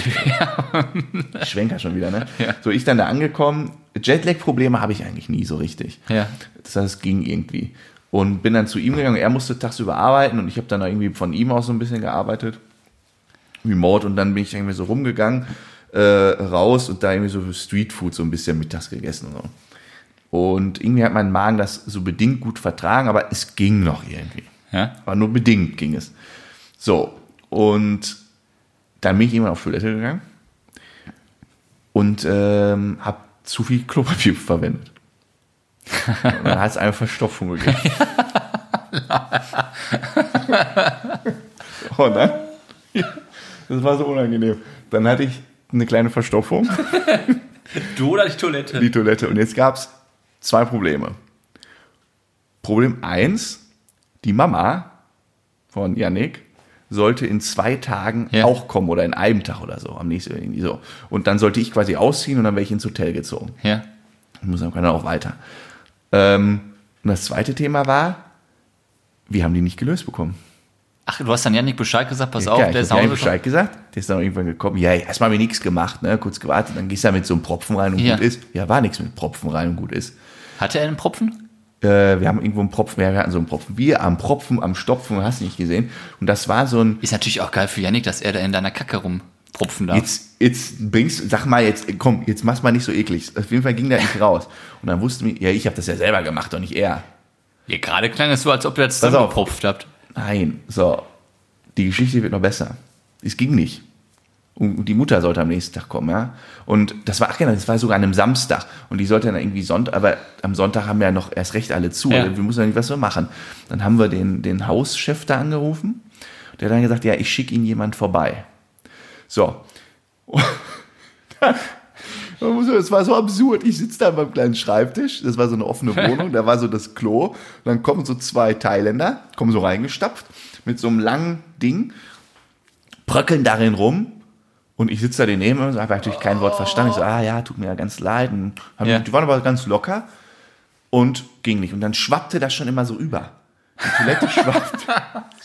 [SPEAKER 1] Ich Schwenker schon wieder, ne? So, ich dann da angekommen. Jetlag-Probleme habe ich eigentlich nie so richtig.
[SPEAKER 2] Ja.
[SPEAKER 1] Das heißt, es ging irgendwie. Und bin dann zu ihm gegangen. Er musste tagsüber arbeiten und ich habe dann da irgendwie von ihm aus so ein bisschen gearbeitet. Remote. Und dann bin ich irgendwie so rumgegangen, äh, raus und da irgendwie so Streetfood so ein bisschen mittags gegessen und so. Und irgendwie hat mein Magen das so bedingt gut vertragen, aber es ging noch irgendwie.
[SPEAKER 2] Ja.
[SPEAKER 1] Aber nur bedingt ging es. So, und dann bin ich irgendwann auf Toilette gegangen und ähm, habe zu viel Klopapier verwendet. Und dann hat es eine Verstopfung gegeben. oh nein. Das war so unangenehm. Dann hatte ich eine kleine Verstopfung,
[SPEAKER 2] Du oder die Toilette?
[SPEAKER 1] die Toilette. Und jetzt gab es zwei Probleme. Problem eins: die Mama von Yannick sollte in zwei Tagen
[SPEAKER 2] Ja.
[SPEAKER 1] auch kommen oder in einem Tag oder so, am nächsten irgendwie so. Und dann sollte ich quasi ausziehen und dann wäre ich ins Hotel gezogen.
[SPEAKER 2] ja.
[SPEAKER 1] Ich muss dann auch weiter. Ähm, und das zweite Thema war, wir haben die nicht gelöst bekommen.
[SPEAKER 2] Ach, du hast dann Janik Bescheid gesagt, pass auf,
[SPEAKER 1] Ja,
[SPEAKER 2] der
[SPEAKER 1] ich
[SPEAKER 2] ist
[SPEAKER 1] hab
[SPEAKER 2] nach
[SPEAKER 1] Jan
[SPEAKER 2] Hause
[SPEAKER 1] Bescheid gesagt. Der ist dann irgendwann gekommen. Ja, erstmal haben wir nichts gemacht, ne? kurz gewartet. Dann gehst du da mit so einem Propfen rein und
[SPEAKER 2] Ja.
[SPEAKER 1] gut ist. Ja, war nichts mit Propfen rein und gut ist.
[SPEAKER 2] gekommen. Hatte er einen Propfen?
[SPEAKER 1] Äh, wir haben irgendwo einen Propfen, ja, wir hatten so einen Propfen Bier am Propfen, am Stopfen, hast nicht gesehen. Und das war so ein,
[SPEAKER 2] Ist natürlich auch geil für Janik, dass er da in deiner Kacke rumpropfen darf.
[SPEAKER 1] jetzt, jetzt bringst, sag mal jetzt, komm, jetzt mach's mal nicht so eklig. Auf jeden Fall ging da nicht raus. Und dann wussten wir, ja, ich habe das ja selber gemacht, doch nicht er.
[SPEAKER 2] Ja, gerade klang es so, als ob ihr das
[SPEAKER 1] Pass auf.
[SPEAKER 2] zusammengepropft habt.
[SPEAKER 1] Nein, so. Die Geschichte wird noch besser. Es ging nicht. Und die Mutter sollte am nächsten Tag kommen, ja. Und das war, ach genau, das war sogar an einem Samstag. Und die sollte dann irgendwie Sonntag, aber am Sonntag haben ja noch erst recht alle zu.
[SPEAKER 2] Ja.
[SPEAKER 1] Wir müssen ja nicht, was wir machen. Dann haben wir den, den Hauschef da angerufen. Der hat dann gesagt, ja, ich schicke Ihnen jemand vorbei. So. Man muss- Es war so absurd. Ich sitze da an meinem kleinen Schreibtisch. Das war so eine offene Wohnung. Da war so das Klo. Und dann kommen so zwei Thailänder, kommen so reingestapft mit so einem langen Ding, bröckeln darin rum. Und ich sitze da daneben und habe natürlich kein Wort verstanden. Ich so, ah ja, tut mir ja ganz leid. Und haben,
[SPEAKER 2] Ja.
[SPEAKER 1] Die waren aber ganz locker und ging nicht. Und dann schwappte das schon immer so über. Die Toilette schwappte,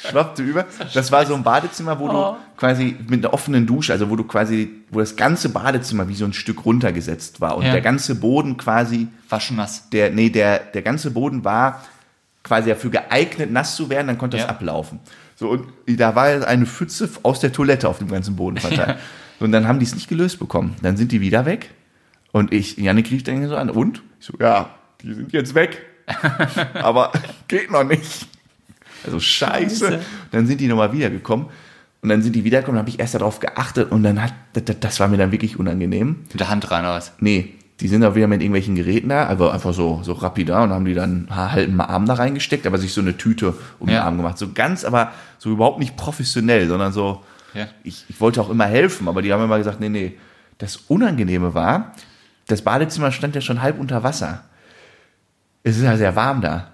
[SPEAKER 1] schwappte über. Das war so ein Badezimmer, wo du quasi mit einer offenen Dusche, also wo du quasi, wo das ganze Badezimmer wie so ein Stück runtergesetzt war und
[SPEAKER 2] Ja.
[SPEAKER 1] der ganze Boden quasi,
[SPEAKER 2] War schon nass.
[SPEAKER 1] der, nee, der, der ganze Boden war quasi dafür geeignet, nass zu werden, dann konnte
[SPEAKER 2] Ja.
[SPEAKER 1] das ablaufen. So, und da war eine Pfütze aus der Toilette auf dem ganzen Boden verteilt. Und dann haben die es nicht gelöst bekommen. Dann sind die wieder weg. Und ich, Janik rief dann so an, und? Ich so, ja, die sind jetzt weg. Aber geht noch nicht. Also scheiße.
[SPEAKER 2] Scheiße.
[SPEAKER 1] Dann sind die nochmal wiedergekommen. Und dann sind die wiedergekommen, habe ich erst darauf geachtet und dann hat, das- das- das war mir dann wirklich unangenehm.
[SPEAKER 2] Mit der Hand rein oder was?
[SPEAKER 1] Nee, die sind auch wieder mit irgendwelchen Geräten da, aber einfach so, so rapida und haben die dann ha- halt einen Arm da reingesteckt, aber sich so eine Tüte um den
[SPEAKER 2] Ja.
[SPEAKER 1] Arm gemacht. So ganz, aber so überhaupt nicht professionell, sondern so,
[SPEAKER 2] Ja.
[SPEAKER 1] ich, ich wollte auch immer helfen, aber die haben immer gesagt, nee, nee. Das Unangenehme war, das Badezimmer stand ja schon halb unter Wasser. Es ist ja sehr warm da.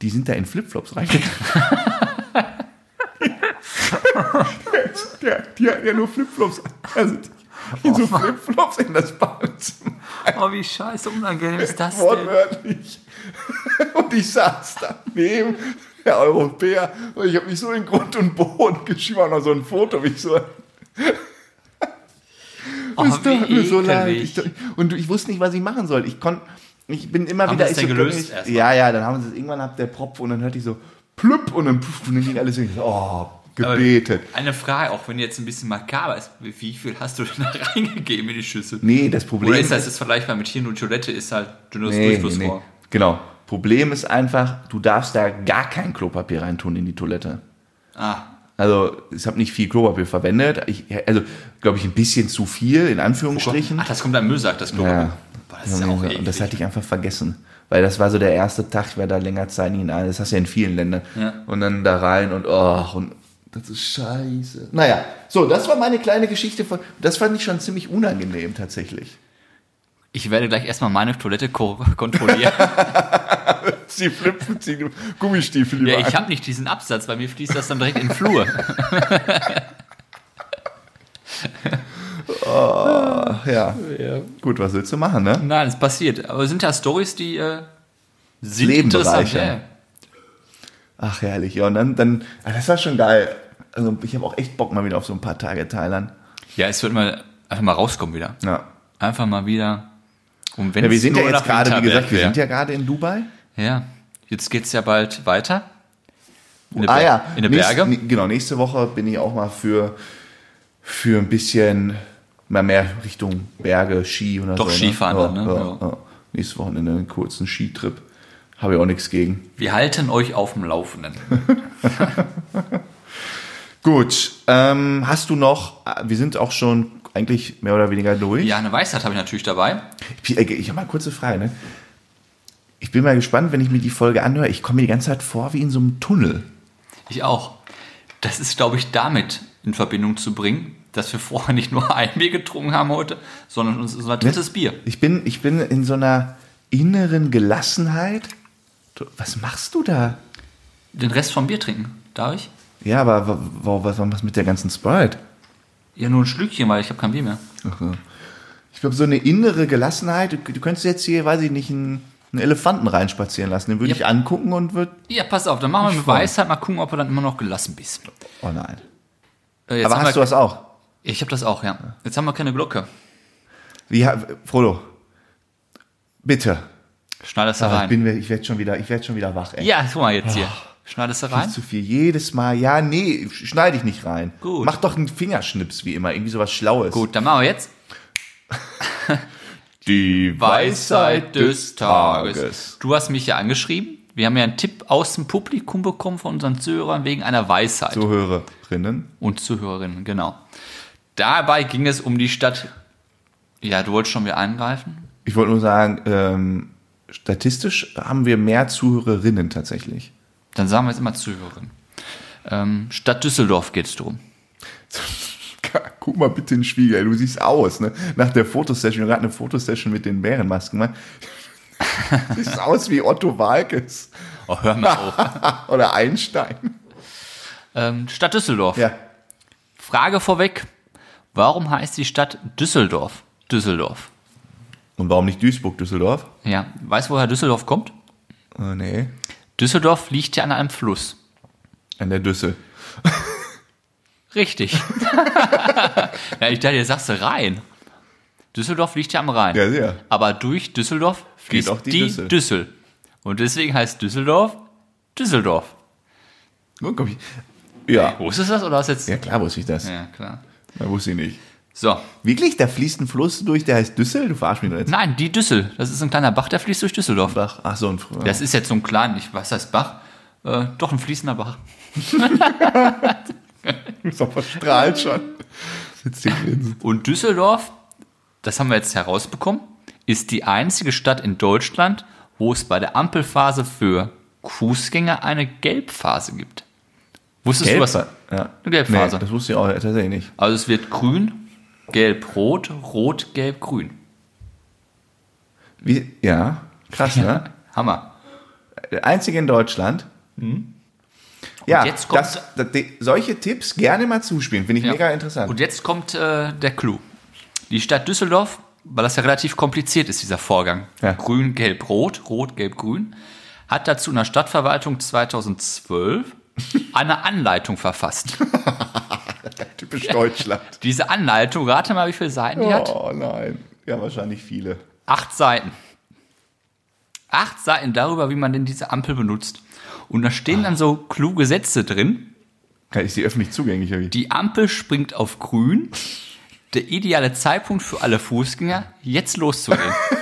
[SPEAKER 1] Die sind da in Flipflops reingegangen. der, die hatten ja nur Flipflops. Also in so Flipflops in das Badezimmer.
[SPEAKER 2] Oh, wie scheiße unangenehm ist das
[SPEAKER 1] Wortwörtlich. Und ich saß daneben, der Europäer, und ich habe mich so in Grund und Boden geschrieben, auch noch so ein Foto, wie ich so.
[SPEAKER 2] Oh,
[SPEAKER 1] Es tat mir so leid.
[SPEAKER 2] ekelig.
[SPEAKER 1] Ich, und ich wusste nicht, was ich machen soll. Ich konnte, ich bin immer
[SPEAKER 2] Haben
[SPEAKER 1] wieder.
[SPEAKER 2] sie es
[SPEAKER 1] ich
[SPEAKER 2] denn
[SPEAKER 1] so,
[SPEAKER 2] gelöst
[SPEAKER 1] ich,
[SPEAKER 2] erstmal?
[SPEAKER 1] Ja, ja, dann haben sie es irgendwann ab der Propf und dann hörte ich so plüpp und dann, pf, und dann ging alles so, ich so, oh, gebetet.
[SPEAKER 2] Eine Frage, auch wenn die jetzt ein bisschen makaber ist, wie viel hast du denn da reingegeben in die Schüssel?
[SPEAKER 1] nee, das Problem
[SPEAKER 2] Oder ist das jetzt vergleichbar mit hier nur Toilette, ist halt dünnes
[SPEAKER 1] Nee, nee,
[SPEAKER 2] Durchflussrohr.
[SPEAKER 1] nee. Genau. Problem ist einfach, du darfst da gar kein Klopapier reintun in die Toilette.
[SPEAKER 2] Ah,
[SPEAKER 1] Also, ich habe nicht viel Klopapier verwendet. Ich, also, glaube ich, ein bisschen zu viel, in Anführungsstrichen.
[SPEAKER 2] Ach, das kommt am Müllsack, das Klo.
[SPEAKER 1] Ja.
[SPEAKER 2] Boah, Oh das ist ja auch eklig.
[SPEAKER 1] und das hatte ich einfach vergessen. Weil das war so der erste Tag, ich war da länger Zeit nicht hinein. Das hast du ja in vielen Ländern.
[SPEAKER 2] Ja.
[SPEAKER 1] Und dann da rein und oh, und das ist scheiße. Naja, so, das war meine kleine Geschichte von. Das fand ich schon ziemlich unangenehm tatsächlich.
[SPEAKER 2] Ich werde gleich erstmal meine Toilette ko kontrollieren.
[SPEAKER 1] Sie flippen, sie Gummistiefel
[SPEAKER 2] ja, ich habe nicht diesen Absatz, bei mir fließt das dann direkt in den Flur.
[SPEAKER 1] ja. Gut, was willst du machen, ne?
[SPEAKER 2] Nein, es passiert. Aber es sind ja Stories, die äh, sind
[SPEAKER 1] Leben
[SPEAKER 2] interessant.
[SPEAKER 1] bereichern.
[SPEAKER 2] Ja.
[SPEAKER 1] Ach, herrlich. Ja, und dann, dann ah, das war schon geil. Also, ich habe auch echt Bock mal wieder auf so ein paar Tage Thailand.
[SPEAKER 2] ja, es wird mal einfach mal rauskommen wieder.
[SPEAKER 1] Ja.
[SPEAKER 2] Einfach mal wieder. Und wenn
[SPEAKER 1] ja wir
[SPEAKER 2] es
[SPEAKER 1] sind ja
[SPEAKER 2] nur
[SPEAKER 1] jetzt
[SPEAKER 2] nach
[SPEAKER 1] gerade, wie
[SPEAKER 2] Winterberg
[SPEAKER 1] gesagt, wir
[SPEAKER 2] wär.
[SPEAKER 1] sind ja gerade in Dubai.
[SPEAKER 2] Ja, jetzt geht's ja bald weiter. In der
[SPEAKER 1] ah
[SPEAKER 2] Ber-
[SPEAKER 1] ja,
[SPEAKER 2] In den
[SPEAKER 1] Nächst-
[SPEAKER 2] Berge.
[SPEAKER 1] ne- genau, nächste Woche bin ich auch mal für, für ein bisschen mal mehr Richtung Berge, Ski oder
[SPEAKER 2] Doch,
[SPEAKER 1] so.
[SPEAKER 2] Skifahren
[SPEAKER 1] ne?
[SPEAKER 2] dann,
[SPEAKER 1] Ja,
[SPEAKER 2] ne?
[SPEAKER 1] Ja, ja. Nächstes Wochenende einen kurzen Skitrip. Habe ich auch nichts gegen.
[SPEAKER 2] Wir halten euch auf dem Laufenden.
[SPEAKER 1] Gut, ähm, hast du noch, ah, äh, wir sind auch schon eigentlich mehr oder weniger durch.
[SPEAKER 2] Ja, eine Weisheit habe ich natürlich dabei.
[SPEAKER 1] Ich, äh, ich habe mal eine kurze Frage. Ne? Ich bin mal gespannt, wenn ich mir die Folge anhöre. Ich komme mir die ganze Zeit vor wie in so einem Tunnel.
[SPEAKER 2] Ich auch. Das ist, glaube ich, damit in Verbindung zu bringen, dass wir vorher nicht nur ein Bier getrunken haben heute, sondern uns unser drittes Bier.
[SPEAKER 1] Ich bin, ich bin in so einer inneren Gelassenheit. Du- Was machst du da?
[SPEAKER 2] Den Rest vom Bier trinken. Darf ich?
[SPEAKER 1] Ja, aber wa- wa- was war das mit der ganzen Sprite?
[SPEAKER 2] Ja, nur ein Schlückchen, weil ich habe kein Bier mehr.
[SPEAKER 1] Ach so. Ich glaube, so eine innere Gelassenheit. Du, du könntest jetzt hier, weiß ich nicht, einen, einen Elefanten reinspazieren lassen. Den würde
[SPEAKER 2] Ja.
[SPEAKER 1] ich angucken und würde.
[SPEAKER 2] Ja, pass auf, dann machen wir mit
[SPEAKER 1] freu.
[SPEAKER 2] Weisheit mal gucken, ob du dann immer noch gelassen bist.
[SPEAKER 1] Oh nein.
[SPEAKER 2] Äh, jetzt
[SPEAKER 1] aber
[SPEAKER 2] haben
[SPEAKER 1] hast du
[SPEAKER 2] wir,
[SPEAKER 1] das auch?
[SPEAKER 2] Ich habe das auch, ja. Jetzt haben wir keine Glocke.
[SPEAKER 1] Wie, ha- Frodo, bitte.
[SPEAKER 2] Schneid das da
[SPEAKER 1] Ah,
[SPEAKER 2] rein.
[SPEAKER 1] ich bin, Ah. ich werde schon wieder, ich werde schon wieder wach. Ey.
[SPEAKER 2] ja, guck mal jetzt hier. Schneid das da
[SPEAKER 1] Viel
[SPEAKER 2] rein.
[SPEAKER 1] zu viel. Jedes Mal. Ja, nee, sch- schneide ich nicht rein.
[SPEAKER 2] Gut.
[SPEAKER 1] Mach doch einen Fingerschnips wie immer. Irgendwie sowas Schlaues.
[SPEAKER 2] Gut, dann machen wir jetzt.
[SPEAKER 1] Die
[SPEAKER 2] Du hast mich ja angeschrieben. Wir haben ja einen Tipp aus dem Publikum bekommen von unseren Zuhörern wegen einer Weisheit.
[SPEAKER 1] Zuhörerinnen.
[SPEAKER 2] Und Zuhörerinnen, genau. Dabei ging es um die Stadt. Ja, du wolltest schon wieder angreifen.
[SPEAKER 1] Ich wollte nur sagen, ähm, statistisch haben wir mehr Zuhörerinnen tatsächlich.
[SPEAKER 2] Dann sagen wir jetzt immer Zuhörerinnen. Ähm, Stadt Düsseldorf um. geht es drum.
[SPEAKER 1] Guck mal bitte in den Spiegel, ey, du siehst aus, ne? Nach der Fotosession, wir haben gerade eine Fotosession mit den Bärenmasken gemacht. Du siehst aus wie Otto Walkes
[SPEAKER 2] Oh, hör mal auf.
[SPEAKER 1] oder Einstein.
[SPEAKER 2] ähm, Stadt Düsseldorf.
[SPEAKER 1] Ja.
[SPEAKER 2] Frage vorweg. Warum heißt die Stadt Düsseldorf? Düsseldorf.
[SPEAKER 1] Und warum nicht Duisburg, Düsseldorf?
[SPEAKER 2] Ja, weißt du, woher Düsseldorf kommt?
[SPEAKER 1] Äh, nee,
[SPEAKER 2] Düsseldorf liegt ja an einem Fluss.
[SPEAKER 1] an der Düssel.
[SPEAKER 2] Richtig. ja, ich dachte, jetzt sagst du Rhein. Düsseldorf liegt ja am Rhein.
[SPEAKER 1] Ja, sehr.
[SPEAKER 2] Aber durch Düsseldorf fließt
[SPEAKER 1] auch die
[SPEAKER 2] die,
[SPEAKER 1] Düssel.
[SPEAKER 2] Düssel. Und deswegen heißt Düsseldorf Düsseldorf.
[SPEAKER 1] Nun komm ich. Ja.
[SPEAKER 2] Wusstest du das oder hast du jetzt?
[SPEAKER 1] Ja, klar wusste ich das.
[SPEAKER 2] Ja, klar.
[SPEAKER 1] Da wusste ich nicht.
[SPEAKER 2] So.
[SPEAKER 1] Wirklich? Da fließt ein Fluss durch, der heißt Düssel? Du verarsch mich doch jetzt.
[SPEAKER 2] Nein, die Düssel. Das ist ein kleiner Bach, der fließt durch Düsseldorf.
[SPEAKER 1] Bach. Ach so, ein Fr-
[SPEAKER 2] Das ist jetzt so ein kleiner, ich weiß das Bach. Äh, doch ein fließender Bach.
[SPEAKER 1] ist doch verstrahlt schon. Sitzt hier drin.
[SPEAKER 2] Und Düsseldorf, das haben wir jetzt herausbekommen, ist die einzige Stadt in Deutschland, wo es bei der Ampelphase für Fußgänger eine Gelbphase gibt. Wusstest du was?
[SPEAKER 1] Ja.
[SPEAKER 2] Eine Gelbphase.
[SPEAKER 1] Nee, das wusste ich auch tatsächlich nicht.
[SPEAKER 2] Also es wird grün, gelb, rot, rot, gelb, grün.
[SPEAKER 1] Wie, ja, krass, ne?
[SPEAKER 2] Hammer.
[SPEAKER 1] Der einzige in Deutschland. Ja,
[SPEAKER 2] Hm. jetzt kommt-
[SPEAKER 1] das, das, die, solche Tipps gerne mal zuspielen, finde ich
[SPEAKER 2] Ja.
[SPEAKER 1] mega interessant.
[SPEAKER 2] Und jetzt kommt äh, der Clou. Die Stadt Düsseldorf, weil das ja relativ kompliziert ist, dieser Vorgang.
[SPEAKER 1] Ja.
[SPEAKER 2] Grün, gelb, rot, rot, gelb, grün, hat dazu in der Stadtverwaltung 2012 eine Anleitung verfasst.
[SPEAKER 1] typisch Deutschland.
[SPEAKER 2] Diese Anleitung, rate mal, wie viele Seiten die hat.
[SPEAKER 1] Oh nein. Ja, wahrscheinlich viele.
[SPEAKER 2] Acht Seiten. Acht Seiten darüber, wie man denn diese Ampel benutzt. Und da
[SPEAKER 1] Ah.
[SPEAKER 2] stehen dann so kluge Sätze drin.
[SPEAKER 1] Ist die öffentlich zugänglich? oder wie?
[SPEAKER 2] Die Ampel springt auf grün. Der ideale Zeitpunkt für alle Fußgänger, jetzt loszugehen.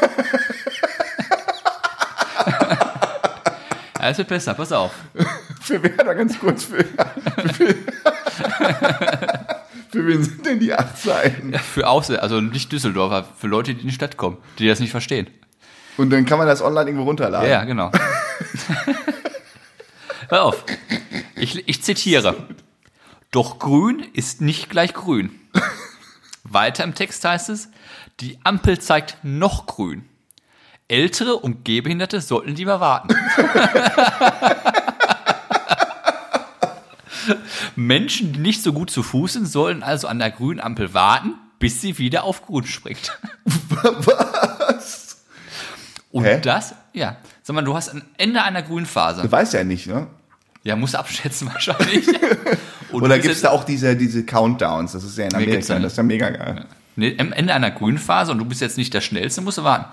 [SPEAKER 2] Ja, Es wird besser, pass auf.
[SPEAKER 1] Für wer da ganz kurz für. Für wen sind denn die acht Seiten?
[SPEAKER 2] Für Außer, also nicht Düsseldorfer, für Leute, die in die Stadt kommen, die das nicht verstehen.
[SPEAKER 1] Und dann kann man das online irgendwo runterladen.
[SPEAKER 2] Ja, genau. Hör auf. Ich, ich zitiere. Doch grün ist nicht gleich grün. Weiter im Text heißt es, die Ampel zeigt noch grün. Ältere und Gehbehinderte sollten lieber warten. Menschen, die nicht so gut zu Fuß sind, sollen also an der grünen Ampel warten, bis sie wieder auf grün springt. Und
[SPEAKER 1] Hä?
[SPEAKER 2] das, ja. Sag mal, du hast ein Ende einer grünen Phase.
[SPEAKER 1] Du weißt ja nicht, ne?
[SPEAKER 2] Ja, muss abschätzen wahrscheinlich. Und
[SPEAKER 1] Oder
[SPEAKER 2] du bist
[SPEAKER 1] gibt es
[SPEAKER 2] jetzt-
[SPEAKER 1] da auch diese, diese Countdowns? Das ist ja in
[SPEAKER 2] gibt's
[SPEAKER 1] Amerika,
[SPEAKER 2] ja nicht.
[SPEAKER 1] das ist ja mega geil.
[SPEAKER 2] Nee, am Ende einer grünen Phase und du bist jetzt nicht der Schnellste, musst du warten.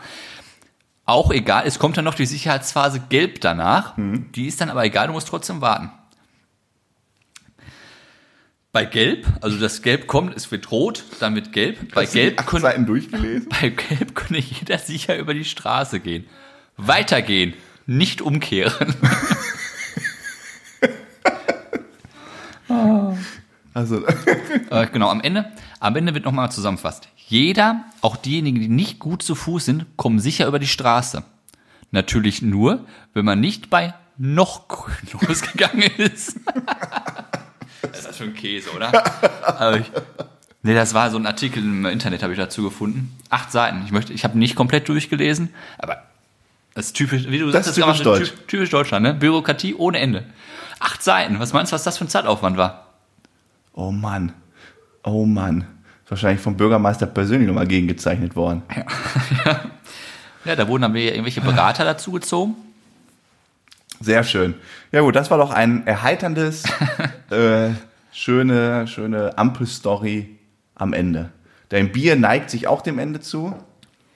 [SPEAKER 2] Auch egal, es kommt dann noch die Sicherheitsphase gelb danach.
[SPEAKER 1] Mhm.
[SPEAKER 2] Die ist dann aber egal, du musst trotzdem warten. Bei gelb, also das gelb kommt, es wird rot, dann wird gelb. Bei
[SPEAKER 1] Hast du die
[SPEAKER 2] gelb,
[SPEAKER 1] acht
[SPEAKER 2] können,
[SPEAKER 1] Seiten durchgelesen?
[SPEAKER 2] bei gelb könne jeder sicher über die Straße gehen. Weitergehen, nicht umkehren.
[SPEAKER 1] Also,
[SPEAKER 2] Äh, genau, am Ende, am Ende wird nochmal zusammenfasst. Jeder, auch diejenigen, die nicht gut zu Fuß sind, kommen sicher über die Straße. Natürlich nur, wenn man nicht bei noch grün losgegangen ist. das ist das für ein Käse, oder? Aber ich, nee, das war so ein Artikel im Internet, habe ich dazu gefunden. Acht Seiten. Ich möchte, ich habe nicht komplett durchgelesen, aber das ist typisch, wie du
[SPEAKER 1] Das
[SPEAKER 2] sagst,
[SPEAKER 1] ist
[SPEAKER 2] kann man
[SPEAKER 1] typisch
[SPEAKER 2] schon-
[SPEAKER 1] deutsch.
[SPEAKER 2] typ- typisch Deutschland, ne? Bürokratie ohne Ende. Acht Seiten. Was meinst du, was das für ein Zeitaufwand war?
[SPEAKER 1] oh Mann. Oh Mann. Ist wahrscheinlich vom Bürgermeister persönlich nochmal gegengezeichnet worden.
[SPEAKER 2] Ja, da wurden dann wieder irgendwelche Berater dazugezogen.
[SPEAKER 1] Sehr schön. Ja gut, das war doch ein erheiterndes, äh, schöne, schöne Ampelstory am Ende. Dein Bier neigt sich auch dem Ende zu.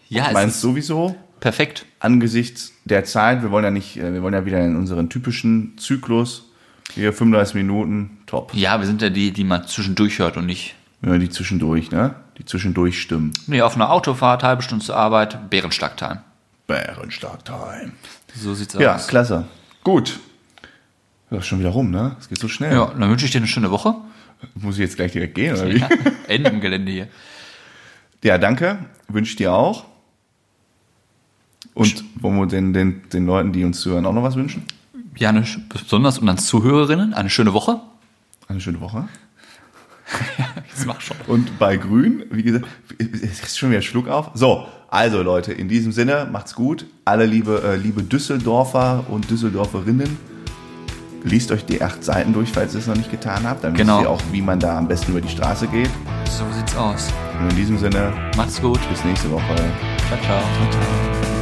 [SPEAKER 2] Ja, es
[SPEAKER 1] Meins
[SPEAKER 2] ist
[SPEAKER 1] sowieso.
[SPEAKER 2] perfekt.
[SPEAKER 1] Angesichts der Zeit, wir wollen ja nicht, äh, wir wollen ja wieder in unseren typischen Zyklus. Hier 35 Minuten, top.
[SPEAKER 2] Ja, wir sind ja die, die man zwischendurch hört und nicht.
[SPEAKER 1] Ja, die zwischendurch, ne? Die zwischendurch stimmen.
[SPEAKER 2] Nee, auf einer Autofahrt, halbe Stunde zur Arbeit, Bärenstark-Time.
[SPEAKER 1] Bärenstark Time.
[SPEAKER 2] So sieht's
[SPEAKER 1] Ja,
[SPEAKER 2] aus.
[SPEAKER 1] klasse. Gut. Ja, schon wieder rum, ne? Es geht so schnell.
[SPEAKER 2] Ja, dann wünsche ich dir eine schöne Woche.
[SPEAKER 1] Muss ich jetzt gleich direkt gehen, oder wie?
[SPEAKER 2] Ja, Ende im Gelände hier.
[SPEAKER 1] Ja, danke. Wünsche dir auch. Und wollen wir den, den, den Leuten, die uns zuhören, auch noch was wünschen?
[SPEAKER 2] Ja, eine, sch- besonders und an Zuhörerinnen eine schöne Woche.
[SPEAKER 1] Eine schöne Woche.
[SPEAKER 2] Jetzt mach schon.
[SPEAKER 1] Und bei Grün, wie gesagt, es ist schon wieder Schluck auf. So, also Leute, in diesem Sinne, macht's gut. Alle liebe, äh, liebe Düsseldorfer und Düsseldorferinnen, liest euch die acht Seiten durch, falls ihr es noch nicht getan habt. Dann
[SPEAKER 2] Genau.
[SPEAKER 1] wisst ihr auch, wie man da am besten über die Straße geht.
[SPEAKER 2] So sieht's aus.
[SPEAKER 1] Und in diesem Sinne,
[SPEAKER 2] Macht's gut.
[SPEAKER 1] bis nächste Woche.
[SPEAKER 2] Ciao, ciao.